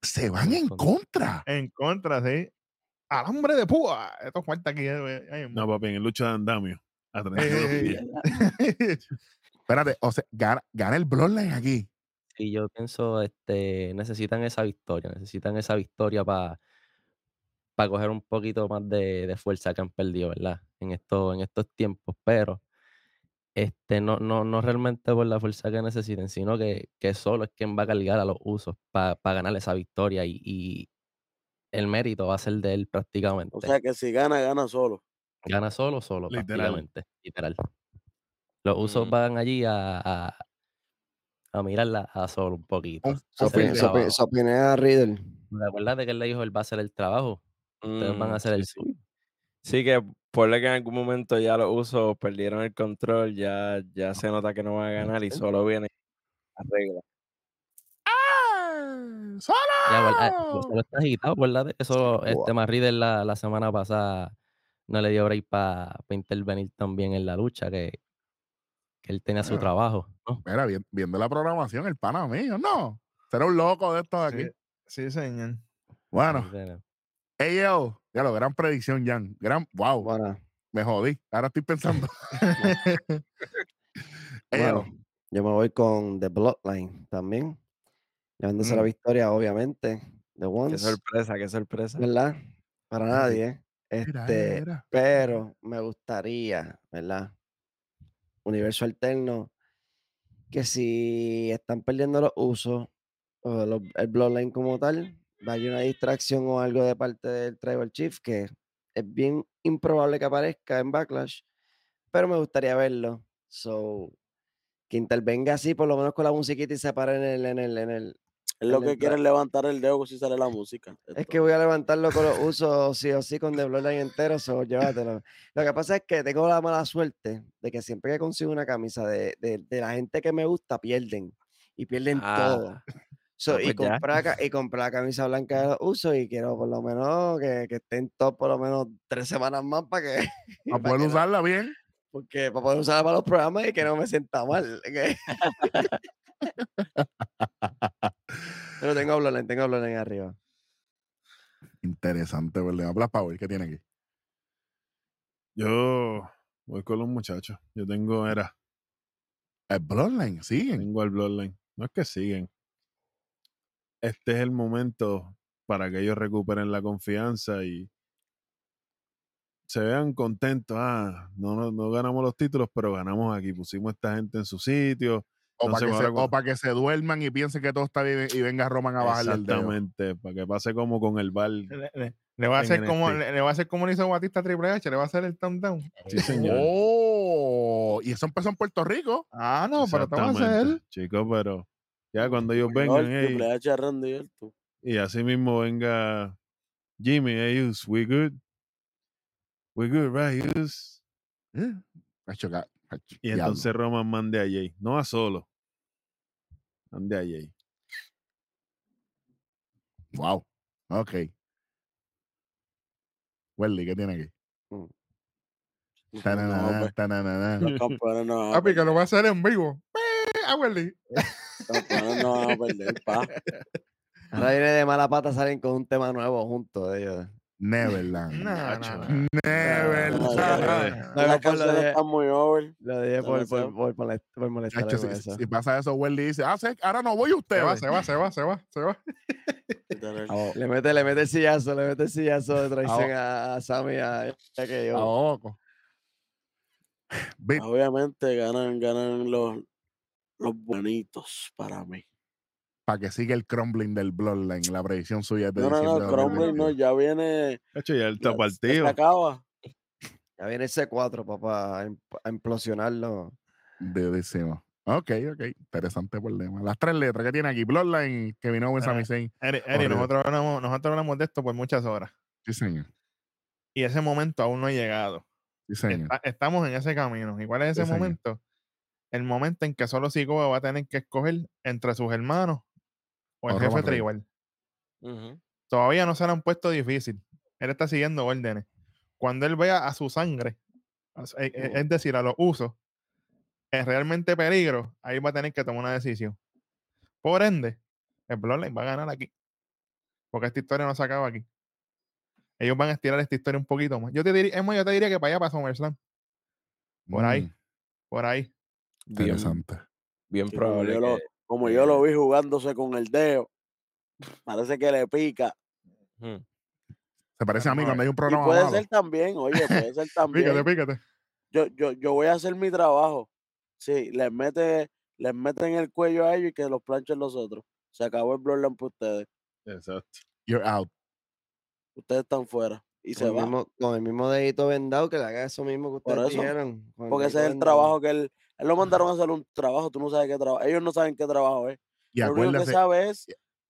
se van en
Son-
contra.
En contra, sí. Alambre de púa. Esto falta aquí. eh, ahí mismo.
No, papi, en lucha de andamio. A
Ey,
32
ey,
pies.
Eh.
ey.
Espérate, o sea, gana, gana el Bloodline aquí.
Y yo pienso, este, necesitan esa victoria, necesitan esa victoria para coger un poquito más de, de fuerza que han perdido, ¿verdad? En estos, en estos tiempos, pero este, no, no, no realmente por la fuerza que necesiten, sino que, que solo es quien va a cargar a los usos para ganar esa victoria y, y el mérito va a ser de él prácticamente.
O sea que si gana, gana solo.
Gana solo, solo,
Literal.
prácticamente, literal. Los usos
Mm.
van allí a, a, a mirarla a solo un poquito.
Ah,
Un-
a
un
hacer
feedback.
Sopi-
el
sopi-
trabajo.
sopiné a Riddle.
Acuérdate que él le dijo, él va a hacer el trabajo. Ustedes van
Mm,
a hacer el
sí,
suyo.
Sí, que por que en algún momento ya los usos perdieron el control, ya, ya se nota que no van a ganar y solo viene arregla.
¡Ah!
Ya, acuérdate- ah,
¡Solo!
Gonzalo está agitado, acuérdate. Eso,
Guau.
este Marrider la, la semana pasada no le dio break para intervenir también en la lucha, que, que él tenía su
Claro.
trabajo, ¿no?
Mira, vi- viendo la programación, el pana mío, no. Será un loco de estos
Sí,
aquí.
Sí, señor.
Bueno,
Entonces,
AL, ya lo, gran predicción, Jan. Gran, wow,
Bueno,
me jodí. Ahora estoy pensando. AL,
bueno, yo me voy con The Bloodline también. Llevándose la
Mm.
victoria, obviamente. The
Qué
Ones.
sorpresa, qué sorpresa.
¿Verdad? Para
Mira, di-
nadie.
mira,
Este,
era.
pero me gustaría, ¿verdad? Universo alterno, que si están perdiendo los usos, o los- el Bloodline como tal, vaya una distracción o algo de parte del Tribal Chief, que es bien improbable que aparezca en Backlash, pero me gustaría verlo. So, que intervenga así, por lo menos con la musiquita y se pare en el, en el, en el.
Es lo
en el
que quieren levantar el dedo si sale la música.
Es que voy a levantarlo con los usos sí o sí con The Bloodline entero, so llévatelo. Lo que pasa es que tengo la mala suerte de que siempre que consigo una camisa de, de- de la gente que me gusta, pierden. Y pierden
Ah,
todo. So,
ah,
y,
pues ya.
comprar, ca- y comprar camisa blanca de los usos y quiero por lo menos que, que estén top por lo menos tres semanas más para que...
Para
pa'
poder
que no-
usarla bien.
porque para poder usarla para los programas y que no me sienta mal. ¿ok? Pero tengo Bloodline, tengo Bloodline arriba.
Interesante, ¿verdad? Habla Power, ¿qué tiene aquí?
Yo voy con los muchachos. Yo tengo, era,
El Bloodline, siguen.
tengo al Bloodline. No es que siguen. Este es el momento para que ellos recuperen la confianza y se vean contentos. Ah, no, no, no ganamos los títulos, pero ganamos aquí. Pusimos a esta gente en su sitio.
O,
No
para
se
que
va a
se,
recordar.
o para que se duerman y piensen que todo está bien y venga Roman a bajarle el dedo.
Exactamente, para que pase como con el bar.
Le, le- le va a
En
hacer como
NXT.
le, le va a hacer como le hizo Batista a Triple H, le va a hacer el countdown.
Sí, señor.
Oh, y eso empezó en Puerto Rico.
Ah, no, pero te va a hacer.
Exactamente, Chicos, pero ya cuando ellos
No,
vengan
el
hey,
Triple H a Randy Orton.
y así mismo venga Jimmy, hey, Us, we good. We good, right, Us?
Hacho, ca- hacho,
Y
diablo.
entonces Roman mande a Jay, no a solo. Mande a Jay.
Wow. Ok. Welly, ¿qué tiene aquí?
Mm.
Tananana,
hombre.
tananana.
Los campeones no van a
Papi, Ah, pues, que
perder,
lo va a hacer en vivo. Ah, Welly.
los campeones no van a perder, pa.
Ahora viene de mala pata, salen con un tema nuevo juntos de ellos.
Neverland. Mm.
No,
Nacho.
no, no.
Neverland.
No,
No,
Las
no, por lo
canciones
de-
están muy over.
Lo dije
No,
por,
eso-
por, por, molest- por molestar
Nacho,
con
si,
eso.
si pasa eso, Welly dice, ah, se- ahora no voy
Se
usted.
va, se va, se va, se va, se va.
literal.
Le mete, le mete el sillazo, le mete el sillazo de traición
Ahora-
a, a Sammy, a, a que yo.
Ahogo. Bit,
Ah. Obviamente ganan, ganan los, los bonitos para mí.
para que siga el crumbling del Bloodline. La predicción suya es de
No, no, no,
diciembre de
Cromwell no,
2022.
ya viene.
Cacho, ya él está
ya Se
partido.
acaba.
Ya viene ese 4 papá, a, imp- a implosionarlo.
De décimo. Ok, ok. Interesante problema. Las tres letras que tiene aquí. Bloodline, que vino Sami
Ah.
Zayn.
Eri, Eri,
Horrible.
nosotros hablamos, nosotros hablamos de esto por muchas horas.
Sí, señor.
Y ese momento aún no ha llegado.
Sí, señor.
Está- estamos en ese camino. ¿Y cuál es
Sí,
ese
señor.
momento? El momento en que solo Sikoa va a tener que escoger entre sus hermanos o el
O
jefe
Roman Reigns.
tribal.
ujú.
Todavía no se lo han puesto difícil. Él está siguiendo órdenes. Cuando él vea a su sangre, a su- eh, eh, es decir, a los usos, es realmente peligro, ahí va a tener que tomar una decisión. Por ende, el Bloodline va a ganar aquí. Porque esta historia no se acaba aquí. Ellos van a estirar esta historia un poquito más. Yo te diría, es más, yo te diría que para allá, para SummerSlam, por ahí.
Mm,
por ahí.
Bien,
Interesante.
bien
Sí, como
probable.
yo lo-
que-
Como
eh
yo lo vi jugándose con el dedo. Parece que le pica.
ujú.
Se parece a mí
Vamos a
cuando hay un
Y
programa
puede
malo.
ser también, oye, puede ser también.
Pícate, pícate.
yo, yo, yo voy a hacer mi trabajo. Sí, les mete, les meten el cuello a ellos y que los planchen los otros. Se acabó el Bloodline para ustedes.
Exacto.
You're out.
Ustedes están fuera. Y
Con
se
el,
van.
mismo, con el mismo dedito vendado, que le haga eso mismo que
Por
ustedes
eso,
dijeron. con
Porque
dedito
ese es el
vendado.
trabajo que él. Él lo mandaron a hacer un trabajo, tú no sabes qué trabajo. Ellos no saben qué trabajo es.
Y
lo único que
acuérdase,
sabe es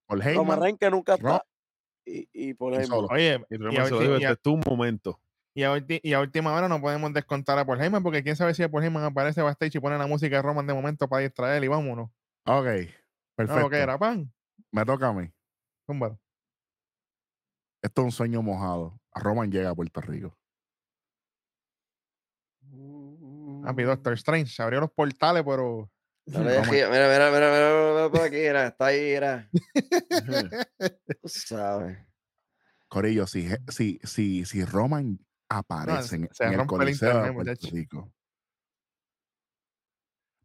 Paul
Roman
Heyman
Reigns que nunca
Ro-
está. Y, y por
y
ejemplo,
solo.
Oye,
Y
y a
Roman se lo
ulti-
digo,
y
este
a-
es tu momento.
y a, ulti- y a última hora no podemos descontar a Paul Heyman porque quién sabe si Paul Heyman aparece backstage y pone la música de Roman de momento para distraer y vámonos.
Ok.
No lo
Perfecto.
que era, pan.
Me toca a mí.
Zúmbalo.
Esto es un sueño mojado. Roman llega a Puerto Rico.
Ah, mi Doctor Strange abrió los portales, pero.
No le dejes
Roman-
ir. Mira, mira, mira, mira, mira, mira, por aquí, mira, está ahí, mira. Tú sabes.
Corillo, si, je- si, si, si Roman aparece en-
se
en el
rompe el
Coliseo de
internet,
Puerto
muchacho.
Rico.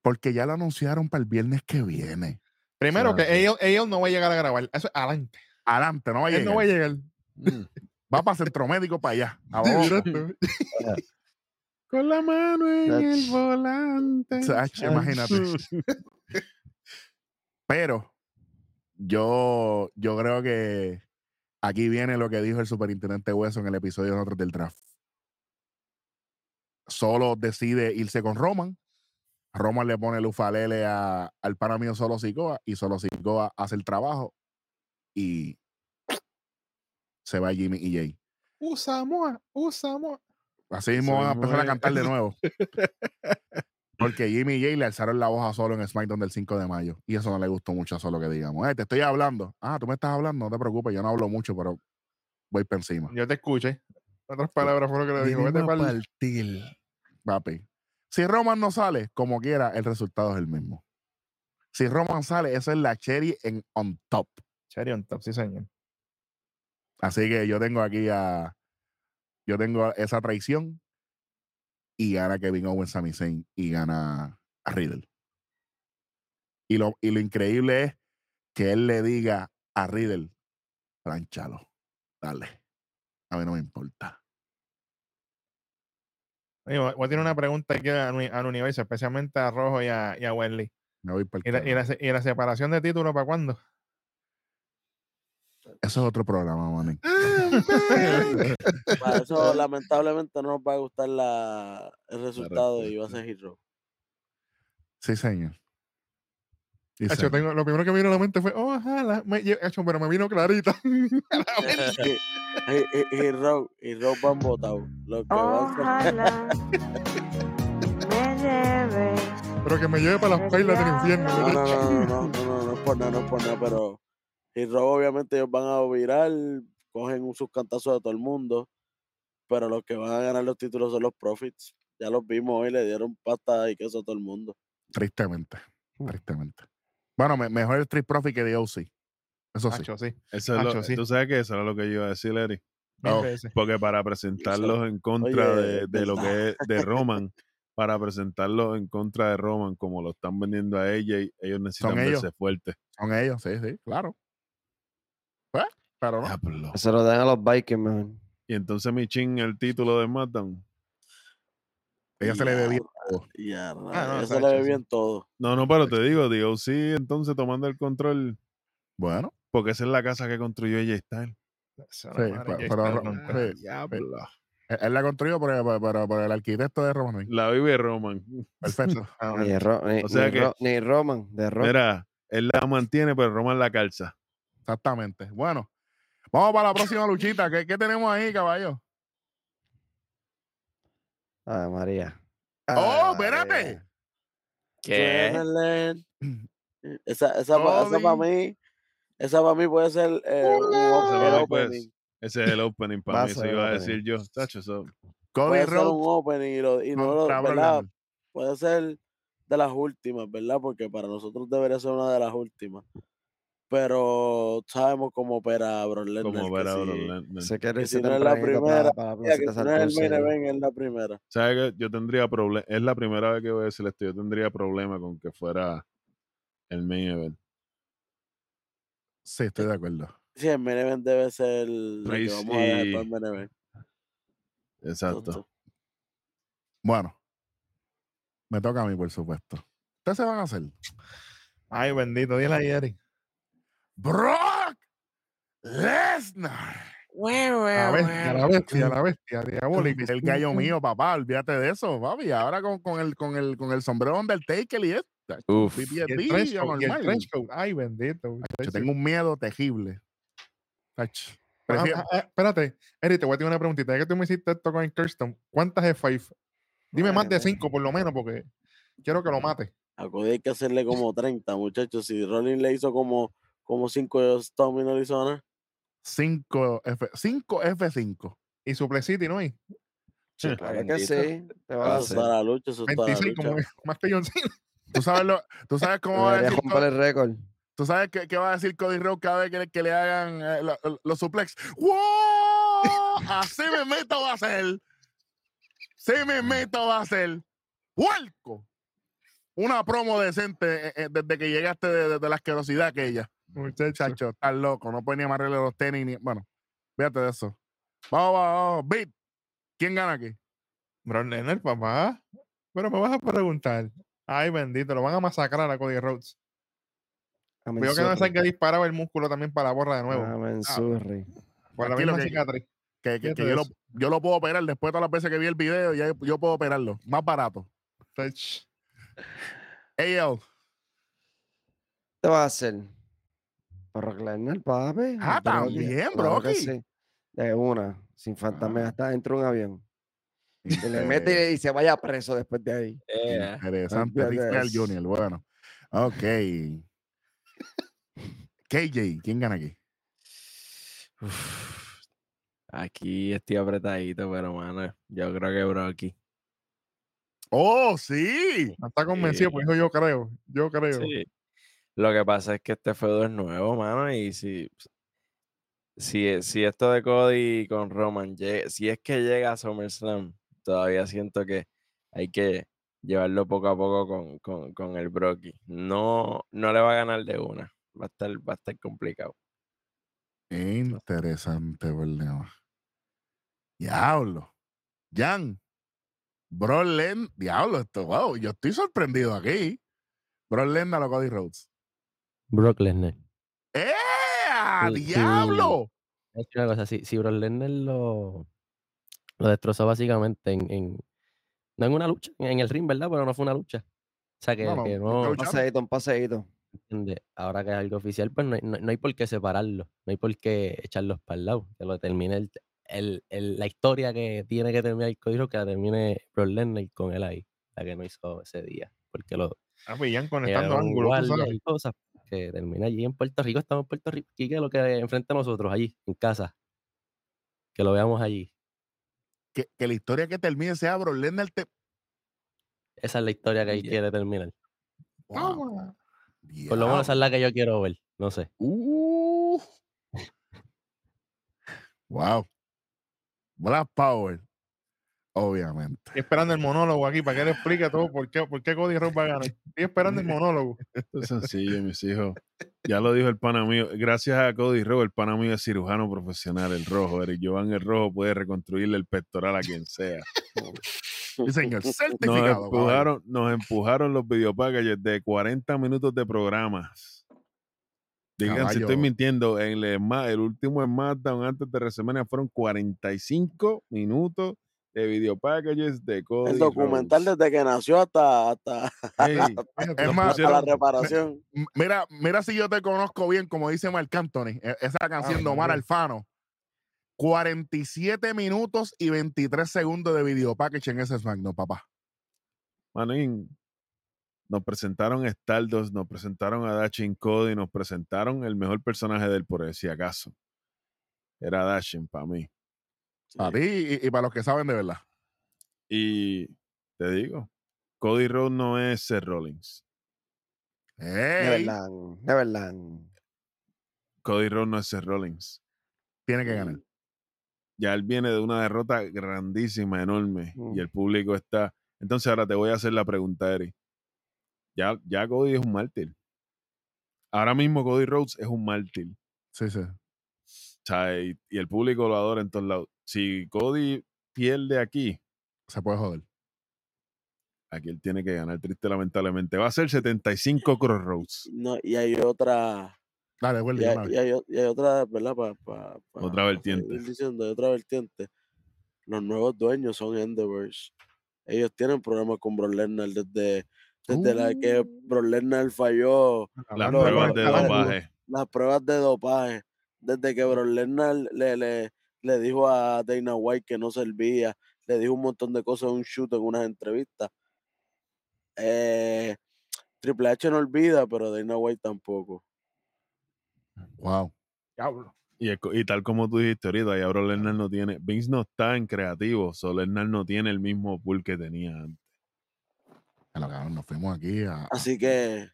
Porque ya lo anunciaron para el viernes que viene.
Primero que
Exacto.
ellos, ellos no va a llegar a grabar. Eso es adelante.
Adelante, no va a
Él no va a
llegar.
llegar.
Mm.
Va para Centro Médico para allá. a Babosa.
Ah. Con la mano en
Ach.
el volante. Ah.
Ach, imagínate. Pero yo, yo creo que aquí viene lo que dijo el superintendente Hueso en el episodio de nosotros del draft. Solo decide irse con Roman. Roman le pone el ufalele a, al pana mío Solo Sicoa y Solo Sicoa hace el trabajo y se va Jimmy y Jay.
Usamoa, Usamoa.
Así mismo
Eso
van a
mismo
empezar a
es.
cantar de nuevo. Porque Jimmy y Jay le alzaron la voz a Solo en SmackDown del 5 de mayo. Y eso no le gustó mucho a Solo que digamos. Eh, te estoy hablando. Ah, tú me estás hablando, no te preocupes, yo no hablo mucho, pero voy para encima.
Yo te escuché. Otras palabras fueron lo que le dijo. Vete pa'l-
Papi. Si Roman no sale, como quiera, el resultado es el mismo. Si Roman sale, eso es la cherry en on top.
Cherry on top, sí, señor.
Así que yo tengo aquí a. Yo tengo esa traición. Y gana Kevin Owens, Sami Zayn y gana a Riddle. Y lo, y lo increíble es que él le diga a Riddle: planchalo, dale. A mí no me importa.
Oye, voy voy a tener una pregunta aquí al, uni- al universo, especialmente a Rojo y a, y a Wesley.
Me voy para
¿Y la, y la se- y la separación de títulos para cuándo?
Eso es otro programa, manín.
Para eso, lamentablemente, no nos va a gustar la, el resultado y va a ser Hero.
Sí, señor. Sí,
Hacho,
señor.
tengo- lo primero que me vino a la mente fue, oh, ojalá, me lle- hacho, pero me vino clarita.
Hero, Hero van votados. Los que van son-
Ojalá me lleves.
pero que me lleve para las pailas del infierno.
No,
¿verdad?
no, no, no, no, no, no, no es por nada, no es por nada, pero Hero obviamente ellos van a virar, cogen un cantazos de todo el mundo, pero los que van a ganar los títulos son los Profits. Ya los vimos hoy, le dieron pasta y queso a todo el mundo.
Tristemente.
Mm.
Tristemente. Bueno, me- mejor el Street Profit que de OC. Eso sí.
Hacho, sí.
Eso es lo-
Hacho, sí.
Tú sabes que eso era lo que yo iba a decir, Larry.
mil
Oh.
veces.
Porque para presentarlos en contra
oye,
de, de lo que es de Roman, para presentarlos en contra de Roman, como lo están vendiendo a ella, ellos necesitan
ellos.
verse fuertes.
Son ellos, sí, sí, claro. Pues, pero
Ah,
no.
Diablo.
Se lo dan a los Vikings, mejor.
Y entonces Michin, el título de SmackDown.
Ella Pues se le
pues,
debía.
Ya, Ya, rayos,
no,
eso
está
le
hecho,
ve
sí.
bien todo.
No, no, pero te digo, digo, sí, entonces tomando el control,
Bueno,
porque esa es la casa que construyó ella Styles.
Eso,
sí,
madre,
pa-
ya
pero-
está,
ro-
tonto.
sí, sí. e, Él él la construyó por, el- por- por- por el arquitecto de Roman Reigns.
La vive Roman.
Perfecto.
Ah,
Ni, de Ro- ni,
O sea
ni
que-
Ro- ni Roman, de Roman.
Mira, él la mantiene, pero Roman la calza.
Exactamente. Bueno, vamos para la próxima luchita. ¿Qué, qué tenemos ahí, caballo?
Ah, María.
¡Oh,
Ah,
espérate!
¿Qué?
Sutherland. Esa, esa, pa- esa para
Robin.
mí, esa para mí puede ser eh, un
Ese
op- el
para mí,
opening.
pues, ese es el opening
Va
para
a
mí, eso
ser el
iba a
opening.
decir yo. Tacho, eso-
Cody
puede ser un
Rhodes
opening y, lo- y no lo,
contra Brock
¿verdad?
Lesnar.
Puede ser de las últimas, ¿verdad? Porque para nosotros debería ser una de las últimas. Pero sabemos cómo opera Brock Lesnar.
como
que
ver a
si-
Brock Lesnar.
Se quiere
que
irse
si no es la
tempranito pa-
primera,
pa- pa-
Ya que
Plaza
si no es el main
Santurce,
event, es la primera.
¿Sabes qué? Yo tendría problema. Es la primera vez que voy a decir esto. Yo tendría problema con que fuera el main event.
Sí, estoy de acuerdo.
Sí, el main event debe ser la que
Reigns
vamos a dejar
y-
para el main event.
Exacto.
Justo.
Bueno, me toca a mí, por supuesto. Ustedes se van a hacer.
Ay, bendito, dile a Jerry.
Brock Lesnar.
A bestia, la bestia, la bestia, diabólico.
El gallo mío, papá, olvídate de eso, papi. Ahora con, con el, con, el, con el sombrero Undertaker y esto.
Uf.
Y el
PTSD,
trench
ya
coat, y el
normal.
trench coat. Ay, bendito.
Yo
muchacho.
tengo un miedo tejible. Ach,
Ah,
prefiero-
ah, ah, espérate, Eri, te voy a tener una preguntita. Ya que tú me hiciste esto con el Kirsten, ¿cuántas es five? Dime más de
Bueno.
cinco, por lo menos, porque quiero que lo mate.
A Cody hay que hacerle como 30, muchachos. Si Rollins le hizo como, como 5 Stomp y no le hizo nada.
5 F, 5 F5.
Y su City, ¿no? hay?
Sí, claro que
Bendito.
sí. Te va a
Ah,
Eso
sí.
está la lucha, eso está la
26,
lucha.
como que- más que John Cena.
¿Tú sabes, lo, tú sabes cómo va a
Debería
decir,
romper el récord.
¿tú sabes qué, qué va a decir Cody Rhodes cada vez que le, que le hagan eh, lo- lo- los suplex? ¡Wow! Así me meto va a ser. Sí me meto va a ser. ¡Huelco! Una promo decente eh, eh, desde que llegaste de, de- de la asquerosidad aquella.
Muchacho.
Chacho, estás loco. No puedes ni amarrarle los tenis. Ni... Bueno, fíjate de eso. Vamos, vamos, vamos. Beat. ¿Quién gana aquí?
Bron Leonard, papá. Pero me vas a preguntar. Ay, bendito, lo van a masacrar a Cody Rhodes.
A
Cuidado que no
Mansurri.
sea que disparaba el músculo también para la borra de nuevo.
A Mansurri.
por la
tranquilo
misma
que-
cicatriz.
Que, que-
Fíjate
que
de
yo, lo,
eso.
yo lo puedo operar después de todas las veces que vi el video. Ya yo puedo operarlo. Más barato.
Tach.
AL.
te vas a hacer? Para arreglarme el papi.
Ah,
al otro día.
también,
Claro que
Brocky.
sí. De una, sin fantasma,
Ah. Eh.
hasta dentro de un avión. Se le
Eh,
mete y se vaya preso después de ahí.
Eh,
Interesante, Rick
Entiendes.
Flair Jr., bueno. Ok. KJ, ¿quién gana aquí?
uf. Aquí estoy apretadito, pero mano, yo creo que Brocky.
¡Oh, sí!
No está convencido,
Sí.
pues dijo yo creo. Yo creo.
Sí. Lo que pasa es que este feudo es nuevo, mano, y si, si, e, si esto de Cody con Roman, lle- si es que llega a SummerSlam, todavía siento que hay que llevarlo poco a poco con, con- con el Brocky. No, no le va a ganar de una, va a estar, va a estar complicado.
Interesante problema. Diablo. Jan. Bro Len- Diablo, esto, wow, yo estoy sorprendido aquí. Bro Lenda lo Cody Rhodes.
Brock Lesnar.
¡Eh!
Sí, sí.
¡Diablo!
Es que una cosa, si, si Brock Lesnar lo, lo destrozó básicamente en, en- No en una lucha, en el ring, ¿verdad? Pero no fue una lucha. O sea, que
No, no,
que
no fue
no-
lucha.
Un paseíto, un paseíto.
entiende, ahora que es algo oficial, pues no hay, no- no hay por qué separarlo, no hay por qué echarlos para el lado, que lo termine el, el- el- la historia que tiene que terminar el código, que la termine Brock Lesnar con él ahí, la que no hizo ese día, porque lo
Ah, pues ya conectando
llegaron
ángulos. tú
guardias
sabes.
y cosas, que termina allí en Puerto Rico, estamos en Puerto Rico, y que lo que enfrente a nosotros, allí, en casa, que lo veamos allí,
Que, que la historia que termine sea Bro Lenda el te-
esa es la historia que él
Ya.
quiere terminar,
Wow,
por lo menos
diablo.
esa es la que yo quiero ver, no sé,
Uh. Wow. Black Power. Obviamente.
Estoy esperando el monólogo aquí para que él explique todo por qué, por qué Cody Rhodes va a ganar. Estoy esperando el monólogo.
Esto es sencillo, mis hijos. Ya lo dijo el pana mío. Gracias a Cody Rowe, el pana mío es cirujano profesional, el rojo. Eric Giovanni el rojo puede reconstruirle el pectoral a quien sea.
Sí, señor, certificado.
Nos
caballero.
empujaron, nos empujaron los videopackages de 40 minutos de programas. Digan si estoy
Caballo.
mintiendo. En el, Sma- el último SmackDown antes de WrestleMania fueron 45 minutos de videopackages de Cody
El documental
Rhodes.
desde que nació hasta, hasta,
Ey,
Es
nos
más,
hasta la
pusieron-
reparación.
M- Mira, mira si yo te conozco bien, como dice Marc Anthony, e- esa canción de Omar
María.
Alfano. 47 minutos y 23 segundos de video package en ese SmackDown, papá.
Manín, nos presentaron a Stardust, nos presentaron a Dashin Cody, nos presentaron el mejor personaje del por si acaso. Era Dashin para mí. Ah,
Para ti y, y para los que saben de verdad.
Y te digo, Cody Rhodes no es Seth Rollins.
Ey,
Neverland, Neverland.
Cody Rhodes no es Seth Rollins.
tiene que ganar.
Ya él viene de una derrota grandísima, enorme,
Mm.
y el público está. Entonces ahora te voy a hacer la pregunta, Eri. Ya, ya Cody es un mártir. Ahora mismo Cody Rhodes es un mártir.
Sí, sí.
O sea, y, y el público lo adora en todos lados. Si Cody pierde aquí,
Se puede joder.
aquí él tiene que ganar, triste lamentablemente. Va a ser 75 Crossroads.
No, y hay otra.
Dale,
Y
vuelve
hay,
una vez.
y hay o- y hay otra, ¿verdad? Pa- pa- pa-
Otra
pa
vertiente.
seguir diciendo, hay otra vertiente. Los nuevos dueños son Endeavors. Ellos tienen problemas con Bron Lesnar desde, desde la que Bron Lesnar falló
Las
Lo-
pruebas
lo-
de
lo-
dopaje.
las pruebas de dopaje, desde que Bron Lesnar le, le, le dijo a Dana White que no servía, le dijo un montón de cosas en un shoot en unas entrevistas. Eh, Triple H no olvida, pero Dana White tampoco.
Wow.
Diablo.
Y, el co- y tal como tú dijiste ahorita, ya ahora Lennart no tiene. Vince no está en creativo, solo Lennart no tiene el mismo pool que tenía antes.
A lo cabrón, nos fuimos aquí a. a-
Así que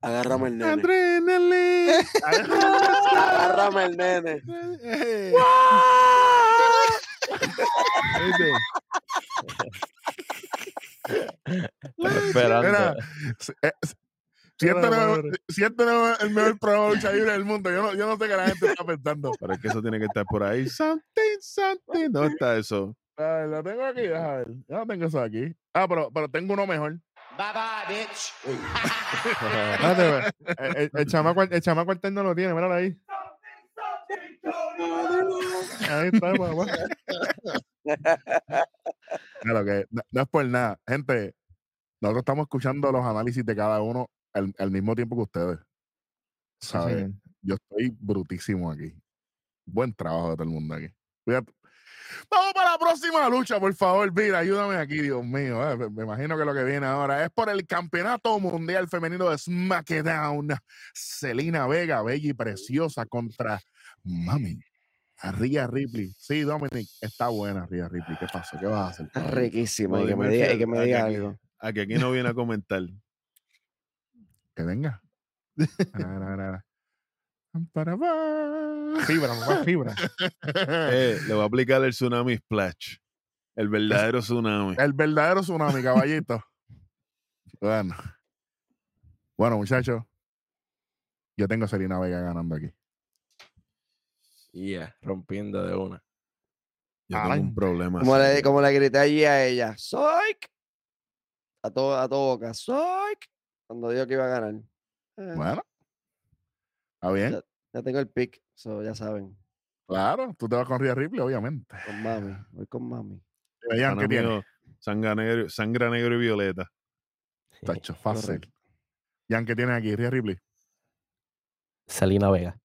agárrame el nene.
Adrenaline.
Agárrame el nene.
Ey.
Estaba esperando.
Mira, s- eh, s- siento
Madre,
el- siento el mejor programa de lucha libre del mundo. Yo no, yo no sé qué la gente está pensando.
Pero es que eso tiene que estar por ahí. Something, something. ¿Dónde está eso?
Ah, lo tengo aquí, déjame ver. Yo no tengo eso aquí. Ah, pero, pero tengo uno mejor. Ah,
Espérate, espérate. El,
Eh,
el- el chamaco, el chamaco alterno lo tiene, míralo ahí. Ahí está, papá.
Claro que no, no es por nada. Gente, Nosotros estamos escuchando los análisis de cada uno al, al mismo tiempo que ustedes.
Sí,
¿Sabes?
señor.
Yo estoy brutísimo aquí. Buen trabajo de todo el mundo aquí. Cuídate. Vamos para la próxima lucha, por favor. Mira, ayúdame aquí, Dios mío. eh, me- Me imagino que lo que viene ahora es por el Campeonato Mundial Femenino de SmackDown. Celina Vega, bella y preciosa contra Mami. Ria Ripley. Sí, Dominic, está buena Ria Ripley. ¿Qué pasó? ¿Qué vas a hacer?
Está
cabrón?
riquísima.
Lo
Y
de
que me diga, y que me
Mayfield, ah,
diga
que-
algo.
A que aquí no viene a comentar.
Que venga. Na, na, na, na. Pam, para, pa.
Fibra, mamá, fibra.
Eh, le va a aplicar el tsunami splash. El verdadero tsunami.
El verdadero tsunami, caballito. bueno. Bueno, muchachos. Yo tengo a Selena Vega ganando aquí.
Y ya, rompiendo de una.
Yo tengo un
Adelante.
problema.
Como le,
serio.
como le grité allí a ella, soy A todo, a todo boca, soy Cuando dijo que iba a ganar. Eh,
Bueno. Está bien.
Ya tengo el pick, so, ya saben.
Claro. Tú te vas con Ria Ripley, obviamente.
Con mami, voy con mami.
Vean
Pana
qué tiene.
mío, Sangre negro, sangre negro y violeta.
Tacho, fácil. Jan, ¿qué tiene aquí? Ria Ripley.
Salina Vega.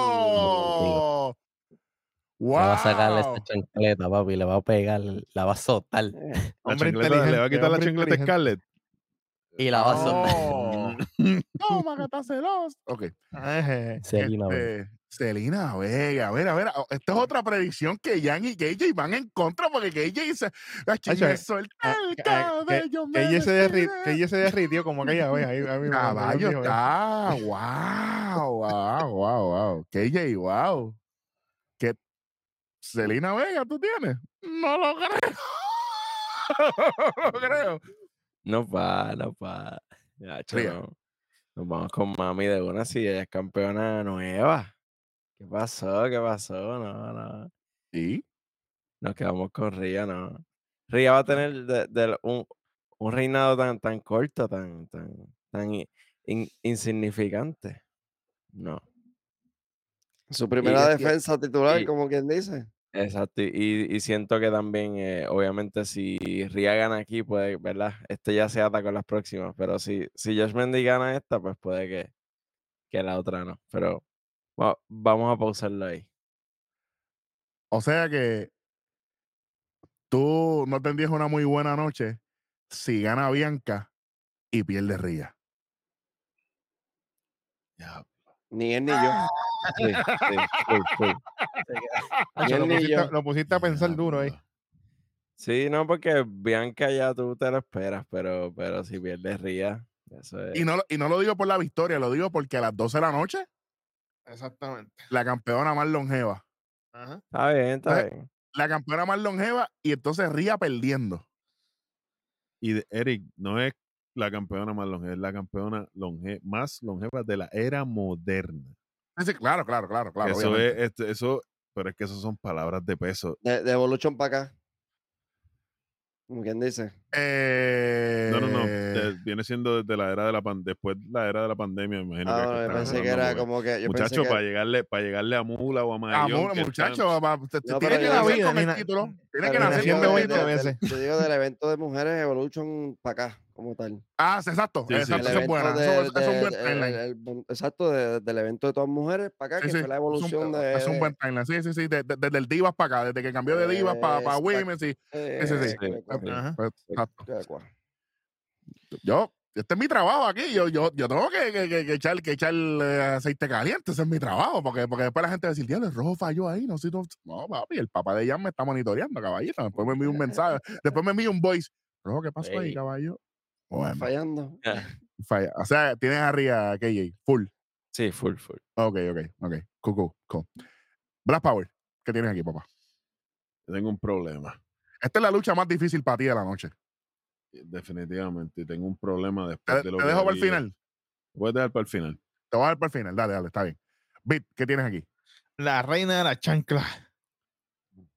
¡Oh!
Le va a sacarle
¡Wow!
esta chancleta, papi. Le va a pegar, la va a soltar
La
Hombre
chancleta- le va a
inteligente,
quitar la
hombre
chancleta a
inteligente.
Scarlett.
y la va a soltar.
¡Oh! Toma, que está celoso. Ok.
Eje.
Selena Vega.
Este, Selena Vega, a ver, a ver, a- esta es otra predicción que Jan y KJ van en contra porque KJ dice, "Ah, "Achi,
Hacho,
me
eh,
suelta el
que- que-
cabello,
Que
me
ella se, derri- que
despide".
ella se derritió como aquella vez. Ahí, ahí mismo, cuando yo
Caballo
dijo,
está, wow, wow, wow, wow, KJ, wow. ¿Qué Selena Vega tú tienes? No lo creo. no lo creo.
No va, no va. Ya, cho,
Ría.
no. Nos vamos con mami de una si ella es campeona nueva. ¿Qué pasó? ¿Qué pasó? No, no.
Sí,
Nos quedamos con Ría, no. Ría va a tener de- de lo- un, un reinado tan, tan corto, tan, tan, tan i- in- insignificante. No.
Su primera
es que-
defensa titular,
y-
como quien dice.
Exacto, y, y siento que también, eh, obviamente, si Ria gana aquí, pues, ¿verdad? Este ya se ata con las próximas, pero si, si Josh Mendy gana esta, pues puede que, que la otra no. Pero va- vamos a pausarlo ahí.
o sea que tú no tendrías una muy buena noche si gana Bianca y pierde Ría.
Ya,
Ni él ni yo.
Sí, sí, full, full.
Ah,
Hacho,
Ni
lo,
él ni yo.
pusiste, lo pusiste a pensar duro ahí.
diablo.
Sí, no, porque Bianca ya tú te lo esperas, pero, pero si pierdes Ria, eso es.
Y no, lo- y no lo digo por la victoria, lo digo porque a las 12 de la noche,
Exactamente.
la campeona más longeva.
Ajá.
Está bien, está
Entonces,
bien.
La campeona más longeva y entonces Ría perdiendo.
Y de- Eric, no es la campeona más longeva, es la campeona longe- más longeva de la era moderna.
Sí, sí, claro, claro, claro, claro.
eso es,
obviamente.
este- eso, pero es que eso son palabras de peso.
De, de Evolution para acá. Como quien dice.
No, no, no.
Eh,
de- viene siendo desde la era de la pan, después de la era de la pandemia, me imagino
Ah,
que es que
bueno, yo
están
pensé que
hablando,
era
porque-
como que. Yo pensé
Muchacho,
que-
para llegarle, para llegarle a Mula o a Magallón,
amor,
que están-
muchacho, papá, usted
No,
tiene
pero
que
yo
nacer
digo-
con el
Mira,
título. Tiene
pero
que
yo
nacer
digo
con el
Naciendo
del-
bonito
título.
a
del-
veces.
Yo digo del evento de mujeres Evolution para acá, como tal.
Ah, sí, exacto,
Sí, sí,
exacto,
El
eso es
evento
bueno.
del-
Eso, es- eso es un buen
del-
timeline.
el- el- buen- exacto, de- del evento de todas mujeres para acá,
Sí,
que
sí,
fue la
es un,
evolución de.
es un buen timeline. Sí, sí, sí. de- de- desde el Divas para acá, desde que cambió de Divas para, para
Exacto.
Women, sí.
de-
Sí, sí, sí.
eh,
Sí,
cua-
sí.
Ajá.
Pues, exacto.
cua- cua-
Yo, este es mi trabajo aquí. Yo, yo, yo tengo que, que- que- que echar, que echar eh, aceite caliente. Ese es mi trabajo. Porque, porque después la gente va a decir, diablo, el rojo falló ahí. No sé, si no. No, papi, el papá de Jan me está monitoreando, caballito. Después me envía un mensaje. Después me envía un voice. Rojo, ¿qué pasó ahí,
Ey.
caballo?
cua-
Bueno,
Fallando.
falla. O sea, tienes arriba a KJ. Full.
Sí, full, full.
Ok, ok, ok. Cool, cool, cool. Black Power, ¿qué tienes aquí, papá?
Yo tengo un problema,
Esta es la lucha más difícil para ti de la noche.
Eh, definitivamente. y Tengo un problema
Te,
después de lo
te
que
dejo para el
diga.
final.
Voy a dejar para el final.
Te voy a dar para el final. Dale, dale, está bien. Bit, ¿qué tienes aquí?
La reina de la chancla.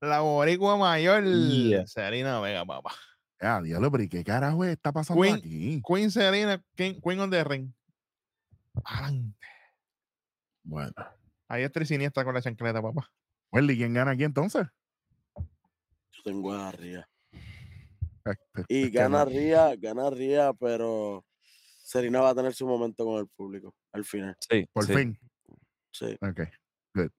La boricua mayor.
Yeah.
Serena Vega, papá.
Ah, diablo, pero ¿y qué carajo está pasando
Queen-
aquí?
Queen Serena, Queen, Queen of the Ring. Adelante.
Bueno,
Ahí es siniestra con la chancleta, papá.
Welly, ¿quién gana aquí entonces?
Yo tengo a Ría.
Este-
Y
este
gana
no.
Ría, gana Ría, pero Serena va a tener su momento con el público al final.
Sí,
Por
sí.
fin.
Sí.
Ok, good.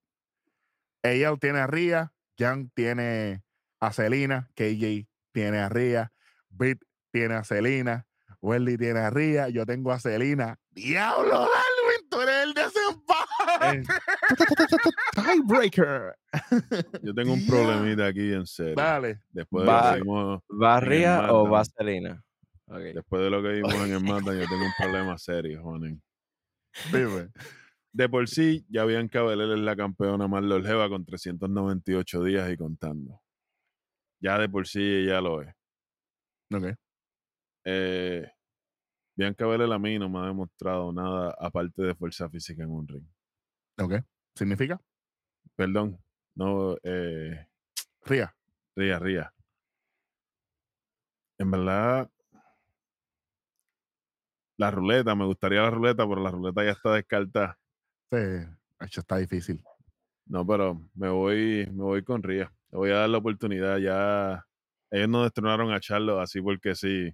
Ella tiene a Ria, Jan tiene a Celina, KJ tiene a Ria, Bit tiene a Celina, Welly tiene a Ria, yo tengo a Celina. ¡Diablo, Darwin! ¡Tú eres el desempate!
Eh, Tiebreaker.
Yo tengo un
Ya.
problemita aquí en serio.
Dale.
Después de, lo
Va-
que vimos,
¿Va
Bien,
Ría o
manda.
va Selena? Ok.
después de lo que vimos en el Mata, yo tengo un problema serio, Juanen.
Dime.
De por sí, ya Bianca Belair es la campeona más longeva con 398 días y contando. Ya de por sí ella lo es.
Ok.
Eh, Bianca Belair a mí no me ha demostrado nada aparte de fuerza física en un ring.
¿Significa?
Perdón, no, eh,
Ria.
ría, ría. En verdad, la ruleta, me gustaría la ruleta, pero la ruleta ya está descartada.
Sí, hecho está difícil.
No, pero me voy, me voy con Ría. Le voy a dar la oportunidad. Ya ellos no destronaron a Charlo así porque sí.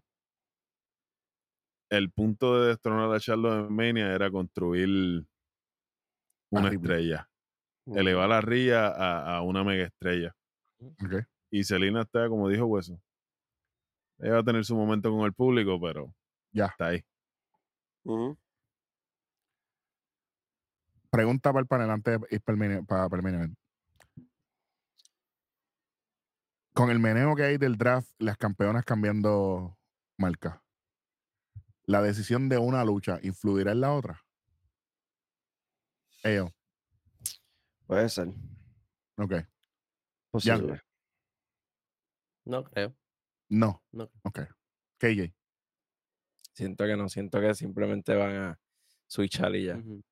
El punto de destronar a Charlo en Mania era construir una
A Ripley.
estrella. Elevar a Ría a, a una mega estrella.
Ok.
Y Selena está, como dijo Hueso. Ella va a tener su momento con el público, pero
Ya.
está ahí.
Ujú.
Pregunta para el panel antes de ir para el main- para- para el main event. Con el meneo que hay del draft, las campeonas cambiando marca, la decisión de una lucha influirá en la otra. Ellos,
Puede ser.
ok.
Posible.
No creo.
No.
No.
Ok. KJ.
Siento que no, siento que simplemente van a switchar y
Mm.
ya.
Ujú.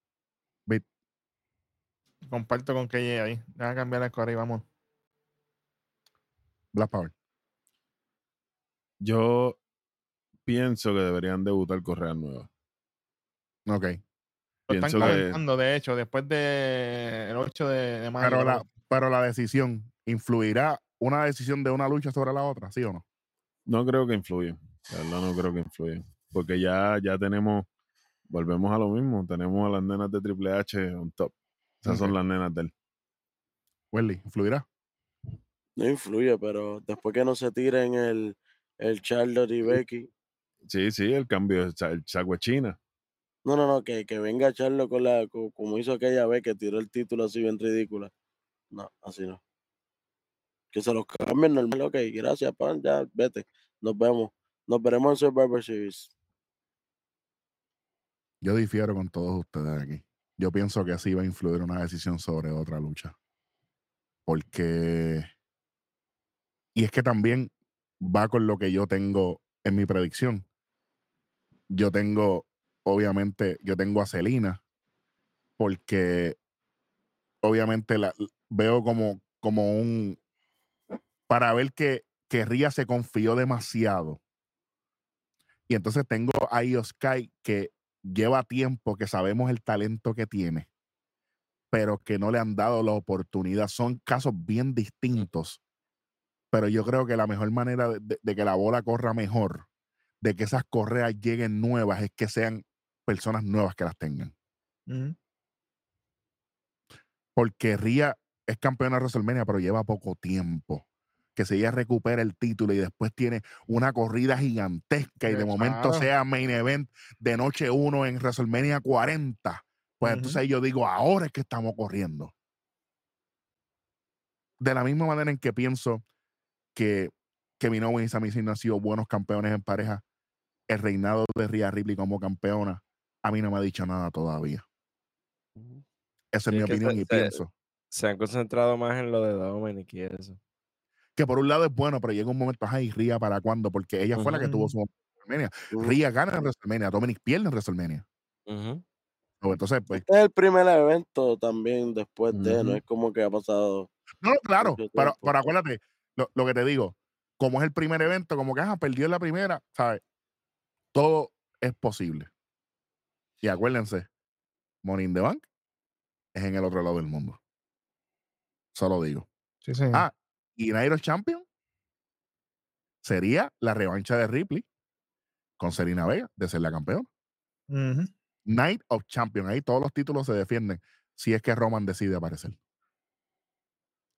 Comparto con KJ ahí. Deja cambiar la correa y vamos.
Black Power.
Yo pienso que deberían debutar Correa Nueva.
Ok.
Lo están
Pienso que-
comentando, de hecho, después de el 8 de, de mayo.
Pero
creo.
la, pero la decisión influirá una decisión de una lucha sobre la otra, ¿sí o no?
No creo que influyen. La verdad, no creo que influyen. Porque ya, ya tenemos, volvemos a lo mismo, tenemos a las nenas de Triple H on top. Esas son
Ok.
las nenas del.
Welly, influirá.
No influye, pero después que no se tiren el, el Charlotte y Becky.
Sí, sí, el cambio, el, sa- el saco es China.
No, no, no, que, que venga Charlotte con la, co- como hizo aquella vez que tiró el título así bien ridícula. No, así no. Que se los cambien normal, ok, gracias, pan, ya, vete. Nos vemos. Nos veremos en Survivor Series.
Yo difiero con todos ustedes aquí. Yo pienso que así va a influir una decisión sobre otra lucha. Porque. Y es que también va con lo que yo tengo en mi predicción. Yo tengo, obviamente, yo tengo a Celina. Porque obviamente la l- veo como, como un. Para ver que, que Ría se confió demasiado. Y entonces tengo a Io Sky que lleva tiempo que sabemos el talento que tiene, pero que no le han dado la oportunidad. Son casos bien distintos, pero yo creo que la mejor manera de, de- de que la bola corra mejor, de que esas correas lleguen nuevas, es que sean personas nuevas que las tengan.
Ujú.
Porque Ría es campeona de WrestleMania, pero lleva poco tiempo. Que si ella recupera el título y después tiene una corrida gigantesca y de
Eh,
momento
claro.
sea main event de noche 1 en WrestleMania 40, pues
Ujú.
entonces yo digo, ahora es que estamos corriendo. De la misma manera en que pienso que Kevin Owens y Sami Zayn han sido buenos campeones en pareja, el reinado de Rhea Ripley como campeona a mí no me ha dicho nada todavía. Esa es
Sí,
mi
es que se-
opinión y
se-
pienso.
Se han concentrado más en lo de Dominic y eso.
que por un lado es bueno, pero llega un momento, ajá, y Ría para cuándo, porque ella fue la que tuvo
Ujú.
su momento en WrestleMania. Ría gana en WrestleMania, Dominic pierde en WrestleMania.
Ujú.
O Entonces, pues,
Este es el primer evento también después de, no
Ujú.
es como que ha pasado.
no, no, claro,
mucho
pero,
tiempo.
pero acuérdate, lo, lo que te digo, como es el primer evento, como que, ajá, perdió en la primera, ¿sabes? Todo es posible. Y acuérdense, Money in the Bank es en el otro lado del mundo. Solo digo.
Sí, señor.
Ah, y Nairo Champion sería la revancha de Ripley con Serena Vega de ser la campeona.
Ujú.
Night of Champions. Ahí todos los títulos se defienden si es que Roman decide aparecer.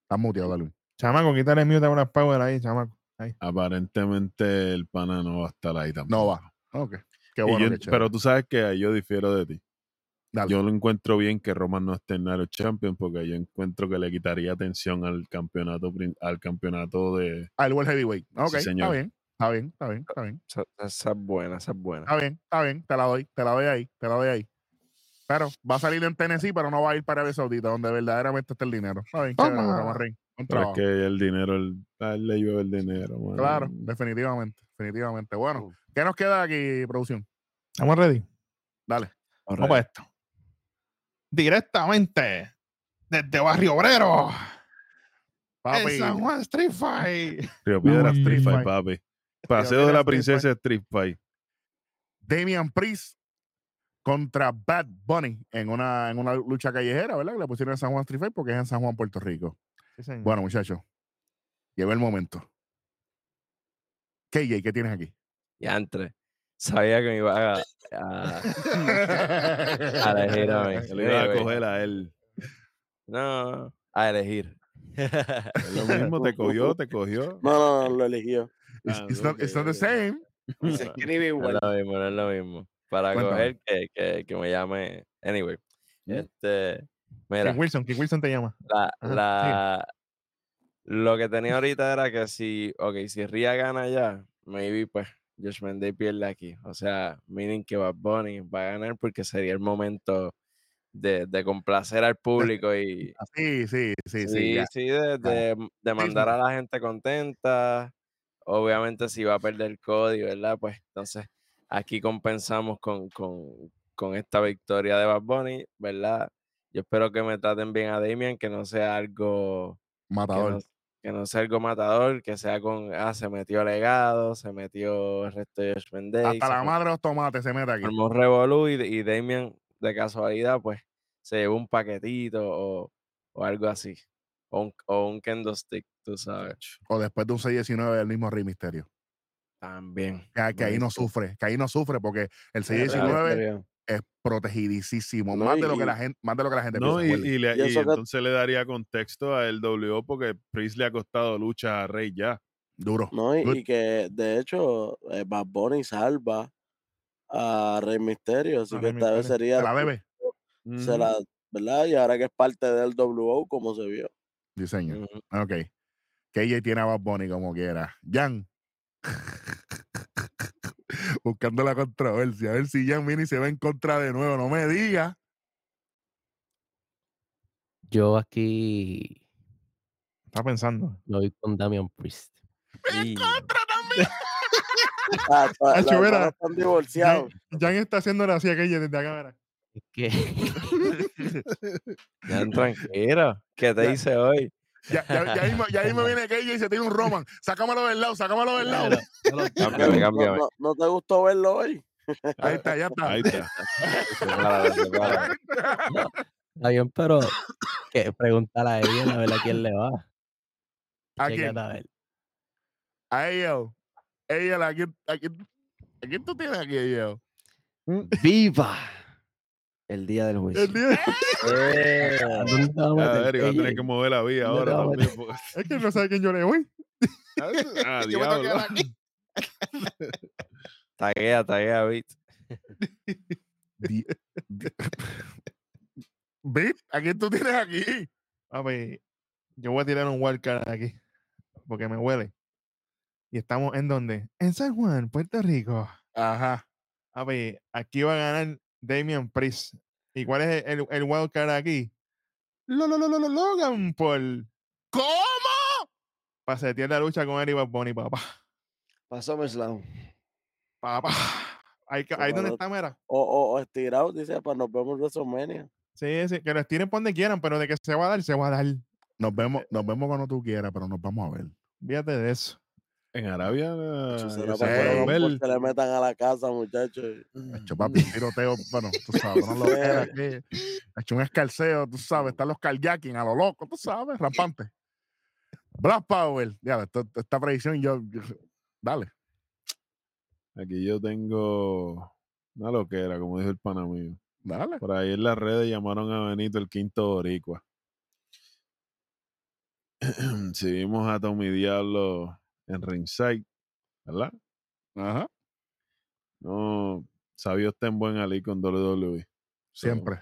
Estás muteado, Luis.
Chamaco, quítale mute a una power ahí, chamaco. Ahí.
Aparentemente el pana no va a estar ahí tampoco.
No va. Ok. Qué
Y
bueno.
yo-
qué chévere.
pero tú sabes que ahí yo difiero de ti.
Dale.
Yo lo encuentro bien que Roman no esté en Naro Champion porque yo encuentro que le quitaría atención al campeonato prin- al campeonato de
Ah, el World Heavyweight. Ok, está
señor.
bien. Está bien, está bien, está bien.
Esa, esa es buena, esa es buena.
Ah.
Está bien, está bien. Te la doy, te la doy ahí, te la doy ahí. Pero va a salir en Tennessee, pero no va a ir para Arabia Saudita, donde verdaderamente está el dinero. Está bien, chévere,
Toma.
Romarrín. Buen
pero es
trabajo.
que el dinero el, a él le llueve el dinero mano.
Claro, definitivamente, definitivamente. Bueno, ¿qué nos queda aquí, producción?
¿Estamos ready?
Dale.
Vamos para esto. Directamente desde Barrio Obrero,
Papi,
en San Juan Street Fight.
Río Piedra
Uy.
Street Fight
Fight.
papi Paseo de
Piedra
la
Street
Princesa Street Fight
Damian Priest contra Bad Bunny en una, en una lucha callejera, ¿verdad? Que le pusieron en San Juan Street Fight porque es en San Juan, Puerto Rico. Bueno, muchachos, llegó el momento. KJ, ¿qué tienes aquí?
Y entre. Sabía que me iba a, a- a elegir a mí.
Se lo iba a
Anyway,
coger a él
No, a elegir.
Es lo mismo te cogió te cogió
No, no, no, lo eligió.
It's,
Ah,
it's not, it's not the
ok.
same.
Se escribe
No
igual.
es lo mismo, no es lo mismo. Para
Cuéntame.
coger que, que, que me llame. Anyway.
¿Eh?
Este. Mira,
King Wilson, King Wilson te llama.
la,
Ajá, sigue.
la- lo que tenía ahorita era que si, ok, si Ria gana ya, maybe pues Judgment Day pierde aquí. O sea, meaning que Bad Bunny va a ganar porque sería el momento de, de complacer al público y
Sí, sí, sí, sí.
sí,
ya.
sí, de, de- de mandar a la gente contenta. Obviamente si va a perder Cody, ¿verdad? Pues entonces aquí compensamos con, con, con esta victoria de Bad Bunny, ¿verdad? Yo espero que me traten bien a Damian, que no sea algo que
Matador.
no, que no sea algo matador, que sea con, ah, se metió legado, se metió el resto de Judgment Day,
Hasta
se
la
for-
madre de los tomates se mete aquí.
formó un revolú y, y Damian, de casualidad, pues, se llevó un paquetito o, o algo así. O un, o un kendo stick, tú sabes.
O después de un 6-19 del mismo Rey Misterio.
También.
Que, que ahí no sufre, que ahí no sufre porque el 6-19 es protegidísimo.
No,
más, de lo
y-
que la gente, más de lo que la gente
no, y,
piensa. Willy.
y le-
Y
y
eso que-
entonces le daría contexto a el W porque Priest le ha costado lucha a Rey ya.
Duro.
No, y,
Good.
y que de hecho eh, Bad Bunny salva a Rey Misterio, así
A
que
Rey
esta vez
Mysterio.
sería
Se la debe.
se la- ¿verdad? Y ahora que es parte del WO, como se vio.
Diseño.
Ujú.
Ok. KJ tiene a Bad Bunny como quiera. Jan. Buscando la controversia. A ver si Jan viene y se va en contra de nuevo. No me digas.
Yo aquí
Está pensando.
me voy con Damian Priest.
Y-
Ah, pa-
Nacho,
las hermanas
mira,
están divorciados.
Jan está haciéndole así a aquella desde acá, mira.
Es que
Ya, tranquilo. ¿Qué te
Ya.
hice hoy?
Ya, ya, ya mismo, ya mismo viene KJ y se tiene un Roman. Sácamelo del lado, sácamelo del lado.
Claro,
No-
Cámbiame,
no-
cámbiame.
no- no te gustó verlo hoy?
Ahí está, ya está.
Ahí está.
Sepáralo, sepáralo.
está bien, pero que preguntar a ella a ver a quién le va.
¿A
Chécate
quién?
a ver.
A ellos. Ellos, ¿a quién, a quién- a quién tú tienes aquí, ellos?
¡Viva! El día del juicio.
El día-
Eh,
¿A dónde te va a
A
meter,
ver, y va a tener
KJ?
que mover la vía
No
ahora
te va a
también. porque-
Es que no sabe quién yo le voy.
Yo me tengo
Ah,
que
diablo.
quedar aquí.
Taguea, taguea, Bit.
Di- di- Vic, ¿a quién tú tienes aquí?
Papi, Ah, pues, yo voy a tirar un wildcard aquí. Porque me huele. Y estamos en dónde? En San Juan, Puerto Rico.
Ajá.
Papi, aquí va a ganar Damian Priest. ¿Y cuál es el, el, el wildcard aquí? Lo, lo, lo, lo, lo- Logan Paul.
¿Cómo?
Para setear la lucha con Eric Bad Bunny, papá.
Pasó SummerSlam.
Papá. Ahí, ca-
Qué
ahí donde
malo.
está, mira.
O, o, o estirado, dice, para nos vemos en WrestleMania.
Sí, sí, que los tiren por donde quieran, pero de que se va a dar, se va a dar.
Nos vemos, nos vemos cuando tú quieras, pero nos vamos a ver.
Fíjate de eso.
En Arabia.
Eso
eh,
será
se
para
sé.
puede
que
Ey.
los
ver.
hombres se le metan a la casa, muchachos.
Hecho, papi, un tiroteo, bueno, tú sabes, no lo que era aquí. Hecho un escarceo, tú sabes, están los carjacking a lo loco, tú sabes, rampante. Black Power, ya, esto- esta predicción yo, yo- Dale.
Aquí yo tengo una loquera, como dijo el pana mío.
Dale.
Por ahí en las redes llamaron a Benito el quinto boricua. si vimos a Tommy Diablo en Ringside, ¿verdad?
Ajá.
No, Sabio está en buen ali con WWE. So,
Siempre.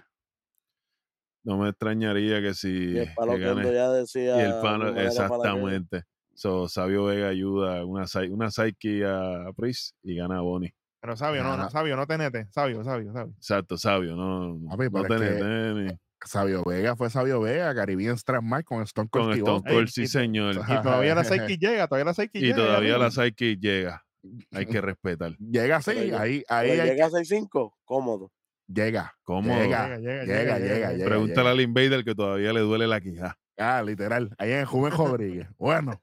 no me extrañaría que si
Y el palo
que
que
gane-
ya decía.
y el pan,
"No me hagas para que-".
exactamente. So, Sabio Vega ayuda una, psy- una psyche a Pris y gana a Bonnie.
Pero sabio, no, no,
Ajá.
sabio, no tenete. Sabio, sabio, sabio.
Exacto, Sabio, no, no,
Papi,
no
pero es
tenés,
que-
tenés ni-
Sabio Vega fue Sabio Vega, Caribbean Strap Mike con Stone Cold
con
Steve
Stone
Austin.
Cold,
Ey,
sí
y-
señor.
Ajá.
Y todavía la Psyche llega, todavía la Psyche
Y
llega.
todavía la
arriba.
psyche llega. Hay que respetar.
Llega así,
Pero llega-
ahí,
Pero
ahí hay-
llega a 6-5, cómodo.
llega.
¿Cómo?
Llega,
llega,
llega, llega, llega.
Pregúntale al Invader que todavía le duele la quijada.
Ah, literal. Ahí en Juven Rodríguez. Bueno,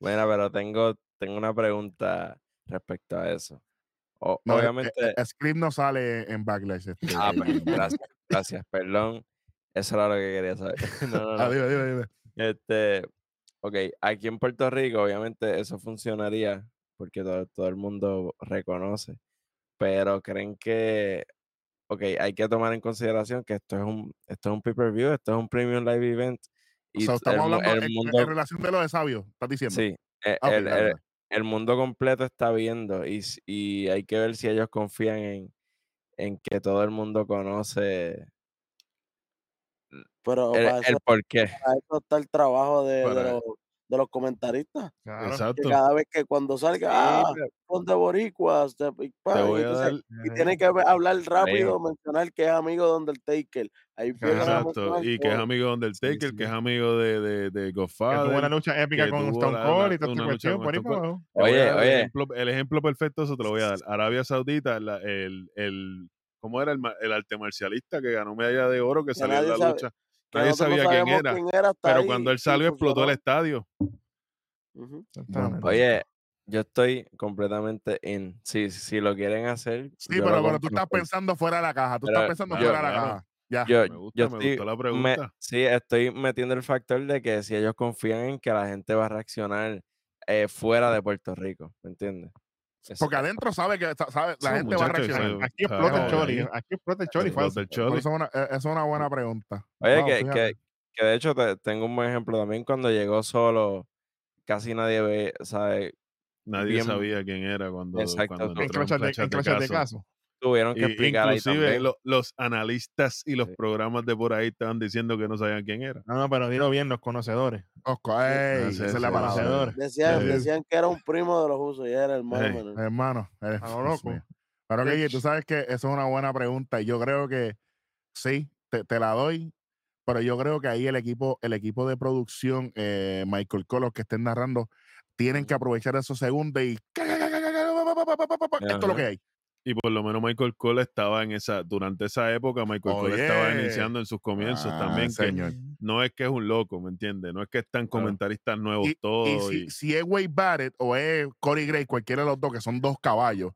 Mira, pero tengo, tengo una pregunta respecto a eso. O-
no, eh,
obviamente.
eh, eh, Scream no sale en Backlash. este.
Ah, perdón, gracias, gracias, perdón. Eso era lo que quería saber. No, no, no.
Ah, dime, dime, dime.
Este, ok, aquí en Puerto Rico, obviamente, eso funcionaría porque todo, todo el mundo reconoce. Pero creen que, ok, hay que tomar en consideración que esto es un, esto es un pay-per-view, esto es un premium live event.
O
Y
sea,
el,
estamos
mu-
hablando
el
en- en,
mundo,
relación de lo de Sabio, estás diciendo.
sí, e-
Ah, ok,
el-
dale,
el-
dale.
el mundo completo está viendo y, s- y hay que ver si ellos confían en, en que todo el mundo conoce
Pero
el,
para,
el
eso,
por qué.
para eso está el trabajo de, de
Para-
los, de los comentaristas.
Claro.
Que
Exacto.
cada vez que cuando salga, ah,
Sí,
son de boricuas. de Big
Te
Bang",
voy a
Ah, entonces-
dar
y tiene que ver- hablar rápido,
Digo.
mencionar que es amigo de Undertaker. Ahí empiezan a
Exacto,
mencionar
y que es
todo.
amigo de Undertaker,
sí.
que es amigo de, de, de
Que tuvo
Godfather.
una lucha épica
que
con
tuvo
Stone
la-
Cold y
la-
toda esta
una lucha
cuestión
con
por ahí
Stone
para abajo.
Te voy a
Oye,
dar el
oye.
ejemplo- el ejemplo perfecto se te lo voy a dar. Arabia Saudita, la- el, el, ¿cómo era el, ma- el arte marcialista que ganó medalla de oro, que
Que
salió en
nadie
la
sabe-
lucha?
Que
nadie
nosotros no
sabía quién
sabemos
era,
hasta
Pero
ahí,
cuando él
y
salió, explotó el
funcionó.
estadio.
Ujú.
Exactamente.
Oye, yo estoy completamente in. Si, si lo quieren hacer.
Sí,
yo lo
pero, pero tú
compro
estás ah,
full.
pensando fuera de la caja. Tú
Pero-
estás pensando
Claro,
fuera de la
claro.
caja. Ya.
Yo,
Me gusta,
yo
me
estoy,
gustó la
me-
pregunta.
sí, estoy metiendo el factor de que si ellos confían en que la gente va a reaccionar eh, fuera de Puerto Rico, ¿me entiendes? Eso-
Porque adentro sabe que sa- sabe, la
Sí,
gente va a
muchachos,
reaccionar.
eso-
Aquí explota el
Claro,
Choli.
ahí.
Aquí explota el Choli.
Explota
falso.
el
Por
Choli.
eso es una, eh, eso es una buena pregunta.
Oye,
Wow,
que,
fíjate.
que, que de hecho te- tengo un buen ejemplo también cuando llegó solo, casi nadie ve, sabe,
Nadie
bien-
sabía quién era cuando,
Exacto,
cuando
tú-
En
entró en
Clash de-
Clash
en
de
Clash de
Caso.
Caso.
tuvieron que
Y-
explicar ahí
inclusive
también.
lo- los analistas y los
Sí.
programas de por ahí estaban diciendo que no sabían quién era.
No, no, pero dilo bien, los conocedores.
Oscar, ey,
Ah, sí,
esa es
sí,
la
sí,
palabra.
Conocedores.
Decían,
Sí.
decían que era un primo de los usos y era hermano.
Ey.
menor.
Hermano, eh,
A lo
Dios
loco.
mío. Pero que tú sabes que eso es una buena pregunta. y Yo creo que sí, te, te la doy, pero yo creo que ahí el equipo, el equipo de producción, eh, Michael Colos que estén narrando, tienen que aprovechar esos segundos y esto es lo
Ajá.
que hay.
Y por lo menos Michael Cole estaba en esa, durante esa época, Michael Cole estaba
Oye.
iniciando en sus comienzos
Ah,
también. que
señor.
no es que es un loco, ¿me entiendes? No es que están comentaristas nuevos
Y- Y
todos. Y,
si, si es Wade Barrett o es Corey Gray, cualquiera de los dos, que son dos caballos,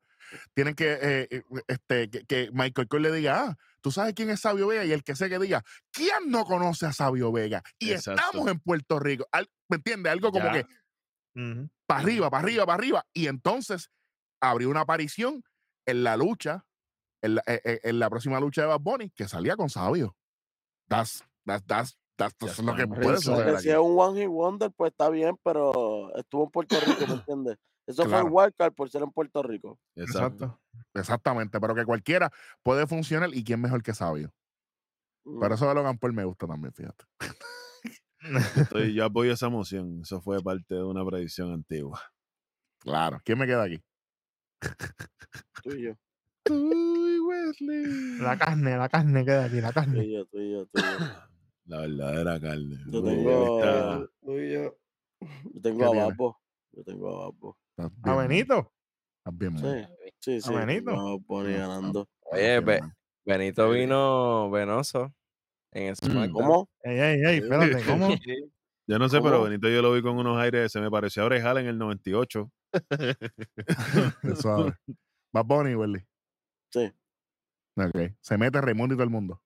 tienen que, eh, eh, este, que, que Michael Cole le diga, ah, tú sabes quién es Sabio Vega, y el que sé que diga, ¿quién no conoce a Sabio Vega? Y
Exacto.
estamos en Puerto Rico. Al- ¿Me entiendes? Algo como
Ya.
que
Ujú.
para arriba, para arriba, para arriba. Y entonces abrió una aparición en la lucha, en la, eh, eh, en la próxima lucha de Bad Bunny, que salía con Sabio. That's, that's, that's, that's, that's lo que
estamos.
puede
O sea,
suceder
que
aquí.
si es un One Hit Wonder, pues está bien, pero estuvo en Puerto Rico, ¿me entiendes? Eso fue
Claro.
el wildcard por ser en Puerto Rico.
exacto.
Exactamente, pero que cualquiera puede funcionar y quién mejor que sabio.
Mm.
Pero eso de Logan Paul me gusta también, fíjate.
Entonces, yo apoyo esa moción. Eso fue parte de una predicción antigua.
Claro. ¿Quién me queda aquí?
Tú y yo,
La carne, la carne queda aquí, la
tú
carne.
y yo, tú y yo, tú y yo.
La verdadera carne.
Yo
Uy,
tengo-
está-
Yo
¿Qué
tengo a
tiene?
Babbo. Yo tengo a Babbo.
Estás bien,
A Benito.
estás bien, man.
Sí, sí, sí.
Benito.
tengo a Bad Bunny
Ah,
ganando.
Estás
Oye,
bien,
Be-
pues.
man.
Benito vino venoso en SmackDown.
¿Cómo?
Ey, ey, ey, espérate, ¿cómo?
Sí,
Yo no sé, pero
¿Cómo?
Benito yo lo vi con unos aires. Se me pareció a Brejal en el 98.
Qué suave. Bad Bunny, Welly.
Sí.
Ok. Se mete Raimundo y todo el mundo.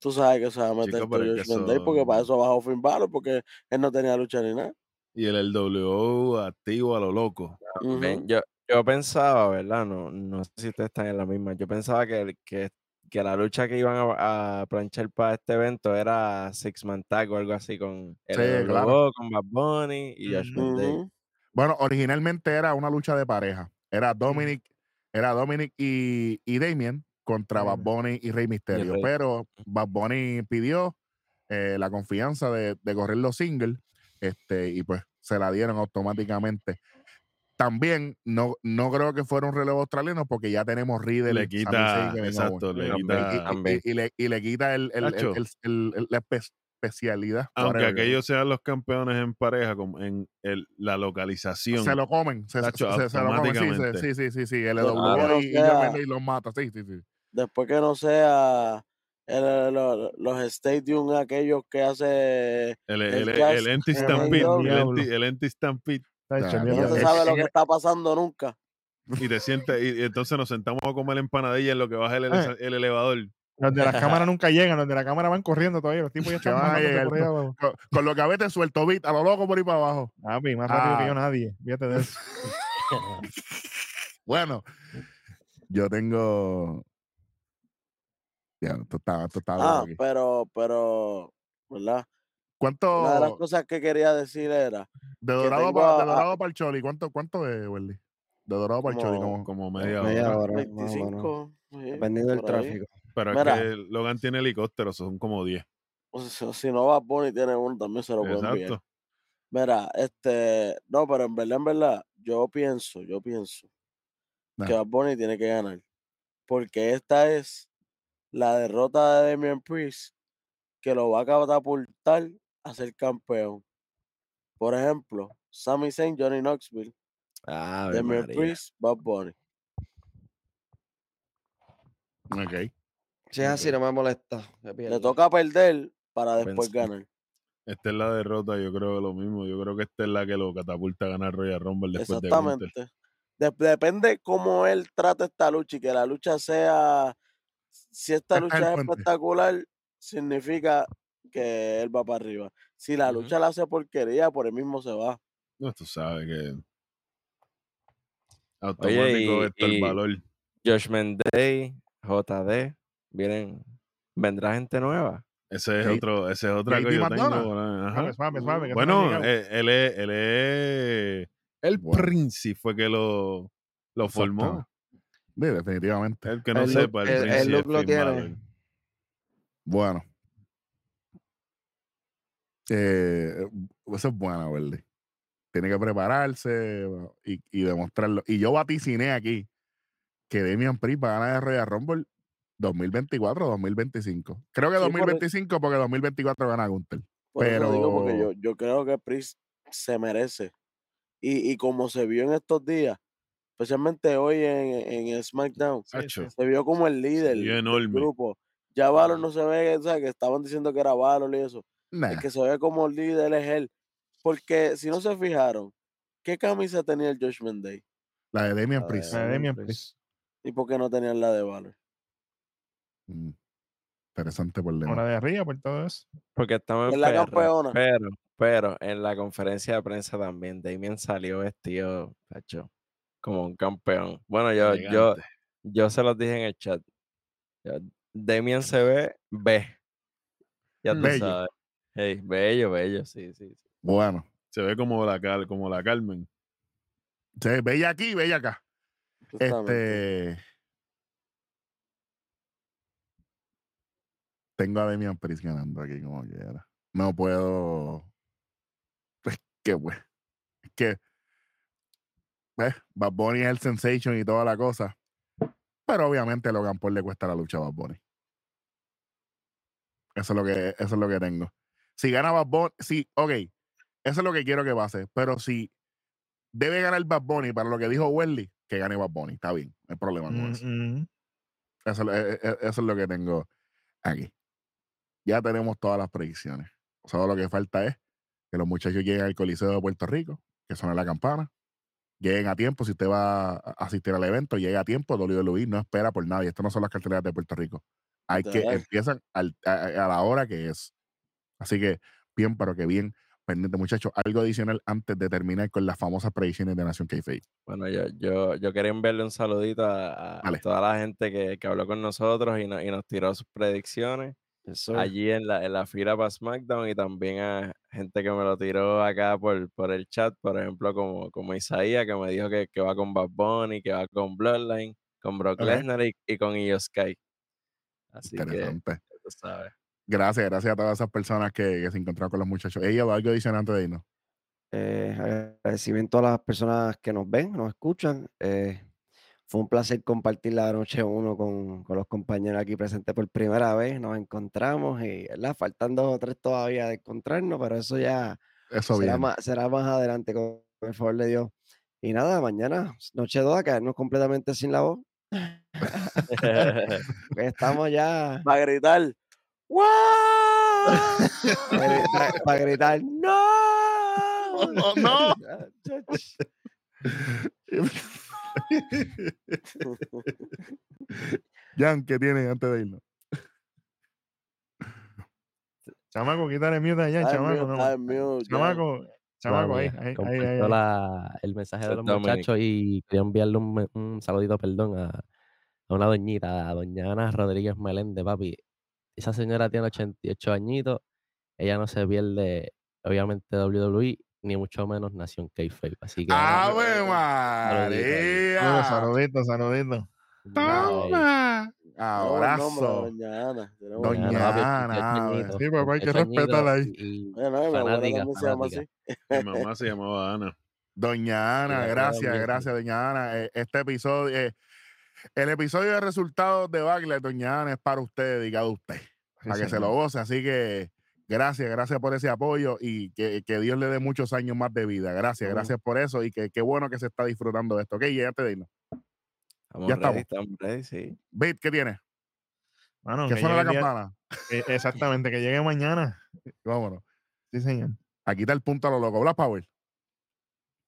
Tú sabes que se va a meter
Chico,
todo
pero es que
George Van Day
eso-
porque para eso bajó Finn Balor porque él no tenía lucha ni nada.
Y el LWO activo a lo loco.
Ujú.
Ven, yo, yo pensaba, ¿verdad? No, no sé si ustedes están en la misma. Yo pensaba que, el- que, que la lucha que iban a, a planchar para este evento era Six Man Tag o algo así con el
claro.
con Bad Bunny y Josh
Ujú.
Day.
Ujú.
Bueno, originalmente era una lucha de pareja.
Mm.
Era Dominic, era Dominic y, y Damien contra
Mm.
Bad
Damien.
Bunny y Rey Mysterio.
Rey.
Pero Bad Bunny pidió eh, la confianza de, de correr los singles este, y pues se la dieron automáticamente. También no, no creo que fuera un relevo australiano porque ya tenemos Riddle.
Le
Sami
quita,
Zayn y Kevin Owens.
exacto, le
Venga,
Y- y-
quita.
venga. También.
Y, y le, y le quita el, el- el-
Nacho.
el- el- el- la espe- especialidad.
Aunque
whatever.
aquellos sean los campeones en pareja, como en el- la localización.
Se lo comen. Se,
Tacho,
se- se- se lo comen. Sí,
automáticamente.
se- Sí, sí, sí, sí. El
Claro.
LWO y, y
O sea-
John Bennett y los mata. Sí, sí, sí.
Después que no sea el- lo- los stadium aquellos que hace
El,
El
el, el,
Jazz,
el Anti
el
Stampede,
Diablo.
el Anti- el Anti Stampede.
Tacho,
Claro,
yo
ya
no
creo
se
es-
que-
sabe lo que está pasando nunca.
Y te sientas, y, y entonces nos sentamos a comer empanadilla en lo que baja el, ele-
Ah.
el elevador.
Los de las cámaras nunca llegan, los de la cámara van corriendo todavía. Los tipos ya
Que
están
van a
mandándose
llegar
por allá abajo.
Con, con los gavetes suelto, beat, a lo loco por ir para abajo.
Papi, más rápido que
Ah.
yo nadie. Fíjate de eso.
Bueno, yo tengo. Ya, esto está, esto está duro
Ah,
aquí.
pero, pero, ¿verdad? Una de las
¿Cuánto
cosas que quería decir era,
de
que
dorado,
tengo
pa-
a-
de dorado para el Choli? ¿Cuánto, cuánto es, Welly? De dorado para el Choli.
Como-
Oh, como-
Como media
Media
hora.
hora, más o menos,
25, sí,
dependiendo del
eh, por ahí.
tráfico.
Pero
Mira.
es que Logan tiene helicópteros, son como 10.
O sea, si no va Bunny tiene uno, también se lo pueden enviar.
Exacto.
Mira, este, no, pero en verdad, en verdad, yo pienso, yo pienso que
Dale.
Bad Bunny tiene que ganar. Porque esta es la derrota de Damian Priest que lo va a catapultar a ser campeón. Por ejemplo, Sami Zayn, Johnny Knoxville,
Ah,
Damian Priest, Bad Bunny.
Ok.
Si es así, no me molesta. que pierda.
Le toca perder para después
Pensé.
ganar.
Esta es la derrota, yo creo que lo mismo. Yo creo que esta es la que lo catapulta a ganar Royal Rumble después de Gunther.
Exactamente. Dep- depende cómo él trata esta lucha y que la lucha sea. Si
Está
esta
el
lucha es
puente.
espectacular, significa que él va para arriba. Si la
Ujú.
lucha la hace porquería, por él mismo se va.
No, tú sabes que automático
y-
está el
y-
valor.
Josh Menday, JD, vienen, vendrá gente nueva.
Ese es
J-
otro, ese es otra
JD
que yo tengo.
McDonough.
¿verdad? Ajá.
Suave, suave, suave, que eso no ha
Bueno,
llegado.
eh, él es, él es- el
Bueno.
príncipe fue que lo, lo formó.
Exactamente. Sí, definitivamente.
El que no
El look-
sepa, el,
el- el
príncipe
look lo
Finn
tiene.
Balor.
Bueno. Eh, eso es buena, Welly. Tiene que prepararse bueno, y, y demostrarlo. Y yo vaticiné aquí que Damian Priest va a ganar el Royal Rumble 2024 2025. Creo que
Sí, por e el-
2025 porque 2024 gana Gunther.
Por eso digo, porque
Pero-
yo, yo creo que Priest se merece. Y, y como se vio en estos días, especialmente hoy en, en SmackDown,
Sacho,
se vio como el líder
vio
del
enorme.
grupo. Ya Valor no se ve, o sea, que estaban diciendo que era Valor y eso.
Nah,
El que se ve como líder es él. Porque si no se fijaron, ¿qué camisa tenía el Judgment Day?
la de Damian
La
Priest.
de-
Me dé mi
Damian Priest.
empresa.
¿Y por qué no tenían la de Valor?
Mm, Interesante por
Con la de arriba, por todo eso.
Porque estamos en
Es la
PR,
campeona.
Pero, pero en la conferencia de prensa también, Damien salió vestido, tacho, como un campeón. Bueno, yo, yo,
elegante.
yo se los dije en el chat. Ya, Damien se ve, ve. Ya tú
Bello.
sabes. Ey, bello, bello, sí, sí. sí.
Bueno,
se ve como la, Car- como la Carmen.
se bella aquí, bella acá.
Justamente.
Este. Tengo a Demian Priest ganando aquí como quiera. No puedo. Es que, pues. Es que. ¿Ves? Bad Bunny es el sensation y toda la cosa. Pero obviamente Logan Paul le cuesta la lucha a Bad Bunny. Eso es lo que, eso es lo que tengo. Si gana Bad Bunny. Sí, ok. Eso es lo que quiero que pase. Pero si debe ganar Bad Bunny para lo que dijo Welly, que gane Bad Bunny. Está bien. No hay problema con eso.
Mm, mm.
Eso, es lo- e- e- eso es lo que tengo aquí. Ya tenemos todas las predicciones. Solo lo que falta es que los muchachos lleguen al Coliseo de Puerto Rico, que suene la campana, lleguen a tiempo. Si usted va a a asistir al evento, llegue a tiempo. Luis no espera por nadie. Estas no son las carteleras de Puerto Rico. Hay que
Literal.
empiezan al- a, a- a la hora que es. Así que bien, pero que bien. pendiente, muchachos. Algo adicional antes de terminar con las famosas predicciones de Nación K-Fade.
Bueno, yo, yo, yo quería enviarle un saludito a, a
Dale.
toda la gente que, que habló con nosotros y, no- y nos tiró sus predicciones
Eso.
allí en la, en la fila para SmackDown y también a gente que me lo tiró acá por, por el chat, por ejemplo, como, como Isaías, que me dijo que, que va con Bad Bunny, que va con Bloodline, con Brock
Ok.
Lesnar y, y con Io Sky. Así que,
Interesante.
tú sabes.
Gracias, gracias a todas esas personas que, que se encontraron con los muchachos. Ella, algo adicional antes de irnos.
Eh, agradecimiento a las personas que nos ven, nos escuchan. eh, fue un placer compartir la noche uno con, con los compañeros aquí presentes por primera vez. Nos encontramos y ¿verdad? faltan dos o tres todavía de encontrarnos, pero eso ya
Eso
será
bien.
más, será más adelante con el favor de Dios. Y nada, mañana, noche 2, a quedarnos completamente sin la voz. porque Estamos ya
Va a gritar. ¡Wow!
para gritar, pa' gritar, ¡No!
No, Oh, no.
Ya, chach.
Jan, ¿qué tiene antes de irnos?
Chamaco, quítale mute allá,
Está en
chamaco.
mute,
no,
está en mute, ya.
chamaco, chamaco,
Mami,
ahí,
ya,
ahí, ahí,
comparto
ahí, ahí.
la- el mensaje de
Soy
los
Dominic.
muchachos y quería enviarle un, me- un saludito, perdón, a, a una doñita, a doña Ana Rodríguez Meléndez, papi. Esa señora tiene 88 añitos, ella no se pierde, obviamente, WWE, ni mucho menos Nación k Así que,
Ah,
Ana,
¡Ave Ah,
Ah,
eh,
Saludos,
María!
Saluditos, saluditos.
dale.
No, buen nombre,
ah, ¡Abrazo!
Doña Ana. tiene buen
Doña
nombre.
papi,
Ana,
88
ave.
añitos,
Sí, papá, hay que
88 añitos
respetarla ahí.
y-
Bueno, eh, mi abuela
fanática,
también se llama
fanática.
así.
Mi mamá se llamaba Ana.
Doña Ana,
Doña Ana
gracias,
Domínguez.
gracias, doña Ana. Eh, Este episodio, eh, el episodio de resultados de Backlash, doña Ana, es para usted, dedicado a usted,
Sí,
para que se
señor.
lo goce. Así que gracias, gracias por ese apoyo y que, que Dios le dé muchos años más de vida. Gracias,
Amén.
gracias por eso y que qué bueno que se está disfrutando de esto. Ok, ya te digo.
Estamos
Ya
ready,
estamos.
estamos ready, sí.
Bit, ¿qué tienes?
Mano,
Que
que
suena la
llegue el día-
campana.
eh, exactamente, que llegue mañana.
Vámonos.
Sí, señor.
Aquí está el punto a lo loco. Black Power.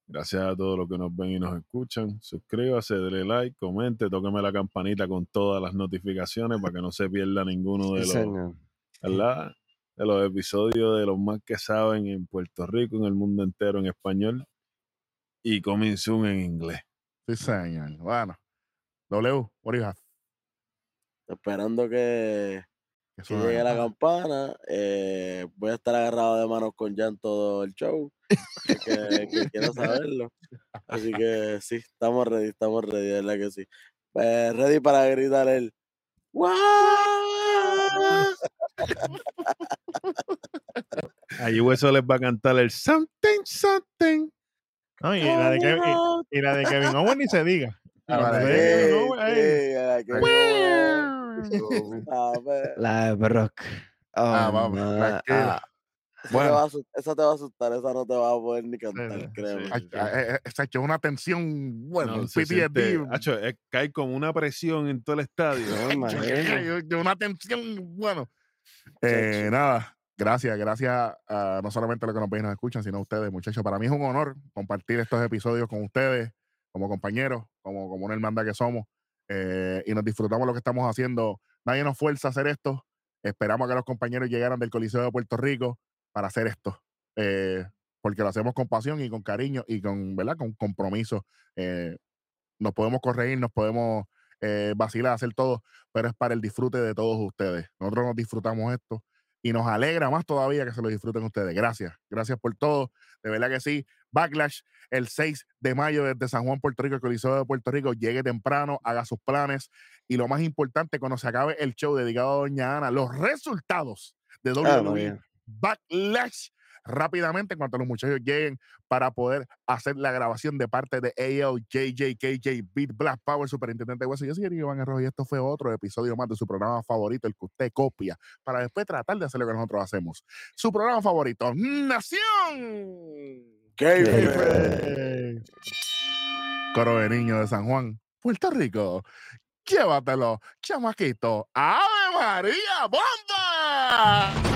Gracias a todos los que nos ven y nos escuchan. Suscríbase, dale like, comente, tóqueme la campanita con todas las notificaciones para que no se pierda ninguno de
Sí,
los,
señor.
¿verdad? de los episodios de los más que saben en Puerto Rico, en el mundo entero en español y Coming Soon en inglés.
Sí, señor. Bueno. W, what do you have?
Esperando que,
Que
que
suena
llegue la
campana.
campana. eh, voy a estar agarrado de manos con Jan todo el show. así Que, que quiero saberlo. Así que sí, estamos ready, estamos ready, de verdad que sí. Eh, ready para gritar el ¡Wow!
Allí Hueso les va a cantar el something, something.
No, y, la de Kevin, y, y la de Kevin Owen ni se diga. Y
Ah,
cuando
la
se
de
diga,
Ey,
no, ey,
ey, a la que no. Ah, pues,
La de Brock.
Ah,
Oh,
vamos,
ma-
tranquilo.
ah,
esa te
Bueno.
va a asu- Esa te va a asustar, esa no te va a poder ni cantar,
sí,
créeme.
Ay, ah, eh, eh, se ha hecho una tensión, bueno,
No,
un
se siente-
PTSD.
Acho, eh, cae con una presión en todo el estadio.
no,
Yo- yo-
imagínate.
yo- yo- una tensión, bueno. Eh, nada, gracias, gracias a no solamente a los que nos ven y nos escuchan, sino a ustedes, muchachos. Para mí es un honor compartir estos episodios con ustedes, como compañeros, como, como una hermandad que somos, eh, y nos disfrutamos lo que estamos haciendo. Nadie nos fuerza a hacer esto. Esperamos a que los compañeros llegaran del Coliseo de Puerto Rico para hacer esto, eh, porque lo hacemos con pasión y con cariño y con, ¿verdad? con compromiso. Eh, nos podemos corregir, nos podemos eh, vacilar, hacer todo, pero es para el disfrute de todos ustedes. Nosotros nos disfrutamos esto y nos alegra más todavía que se lo disfruten ustedes. Gracias, gracias por todo. De verdad que sí. Backlash el 6 de mayo desde San Juan, Puerto Rico, el Coliseo de Puerto Rico. Llegue temprano, haga sus planes y lo más importante, cuando se acabe el show dedicado a Doña Ana, los resultados de
Ah,
WWE
María.
Backlash rápidamente en cuanto los muchachos lleguen para poder hacer la grabación de parte de AL, JJ, KJ, Beat Black Power, Superintendente de Hueso. Yo soy Eric Iván Arroyo y esto fue otro episodio más de su programa favorito, el que usted copia, para después tratar de hacer lo que nosotros hacemos. Su programa favorito, Nación.
Eh.
ey.
Coro de niño de San Juan, Puerto Rico. Llévatelo, chamaquito. ¡Ave María Bomba!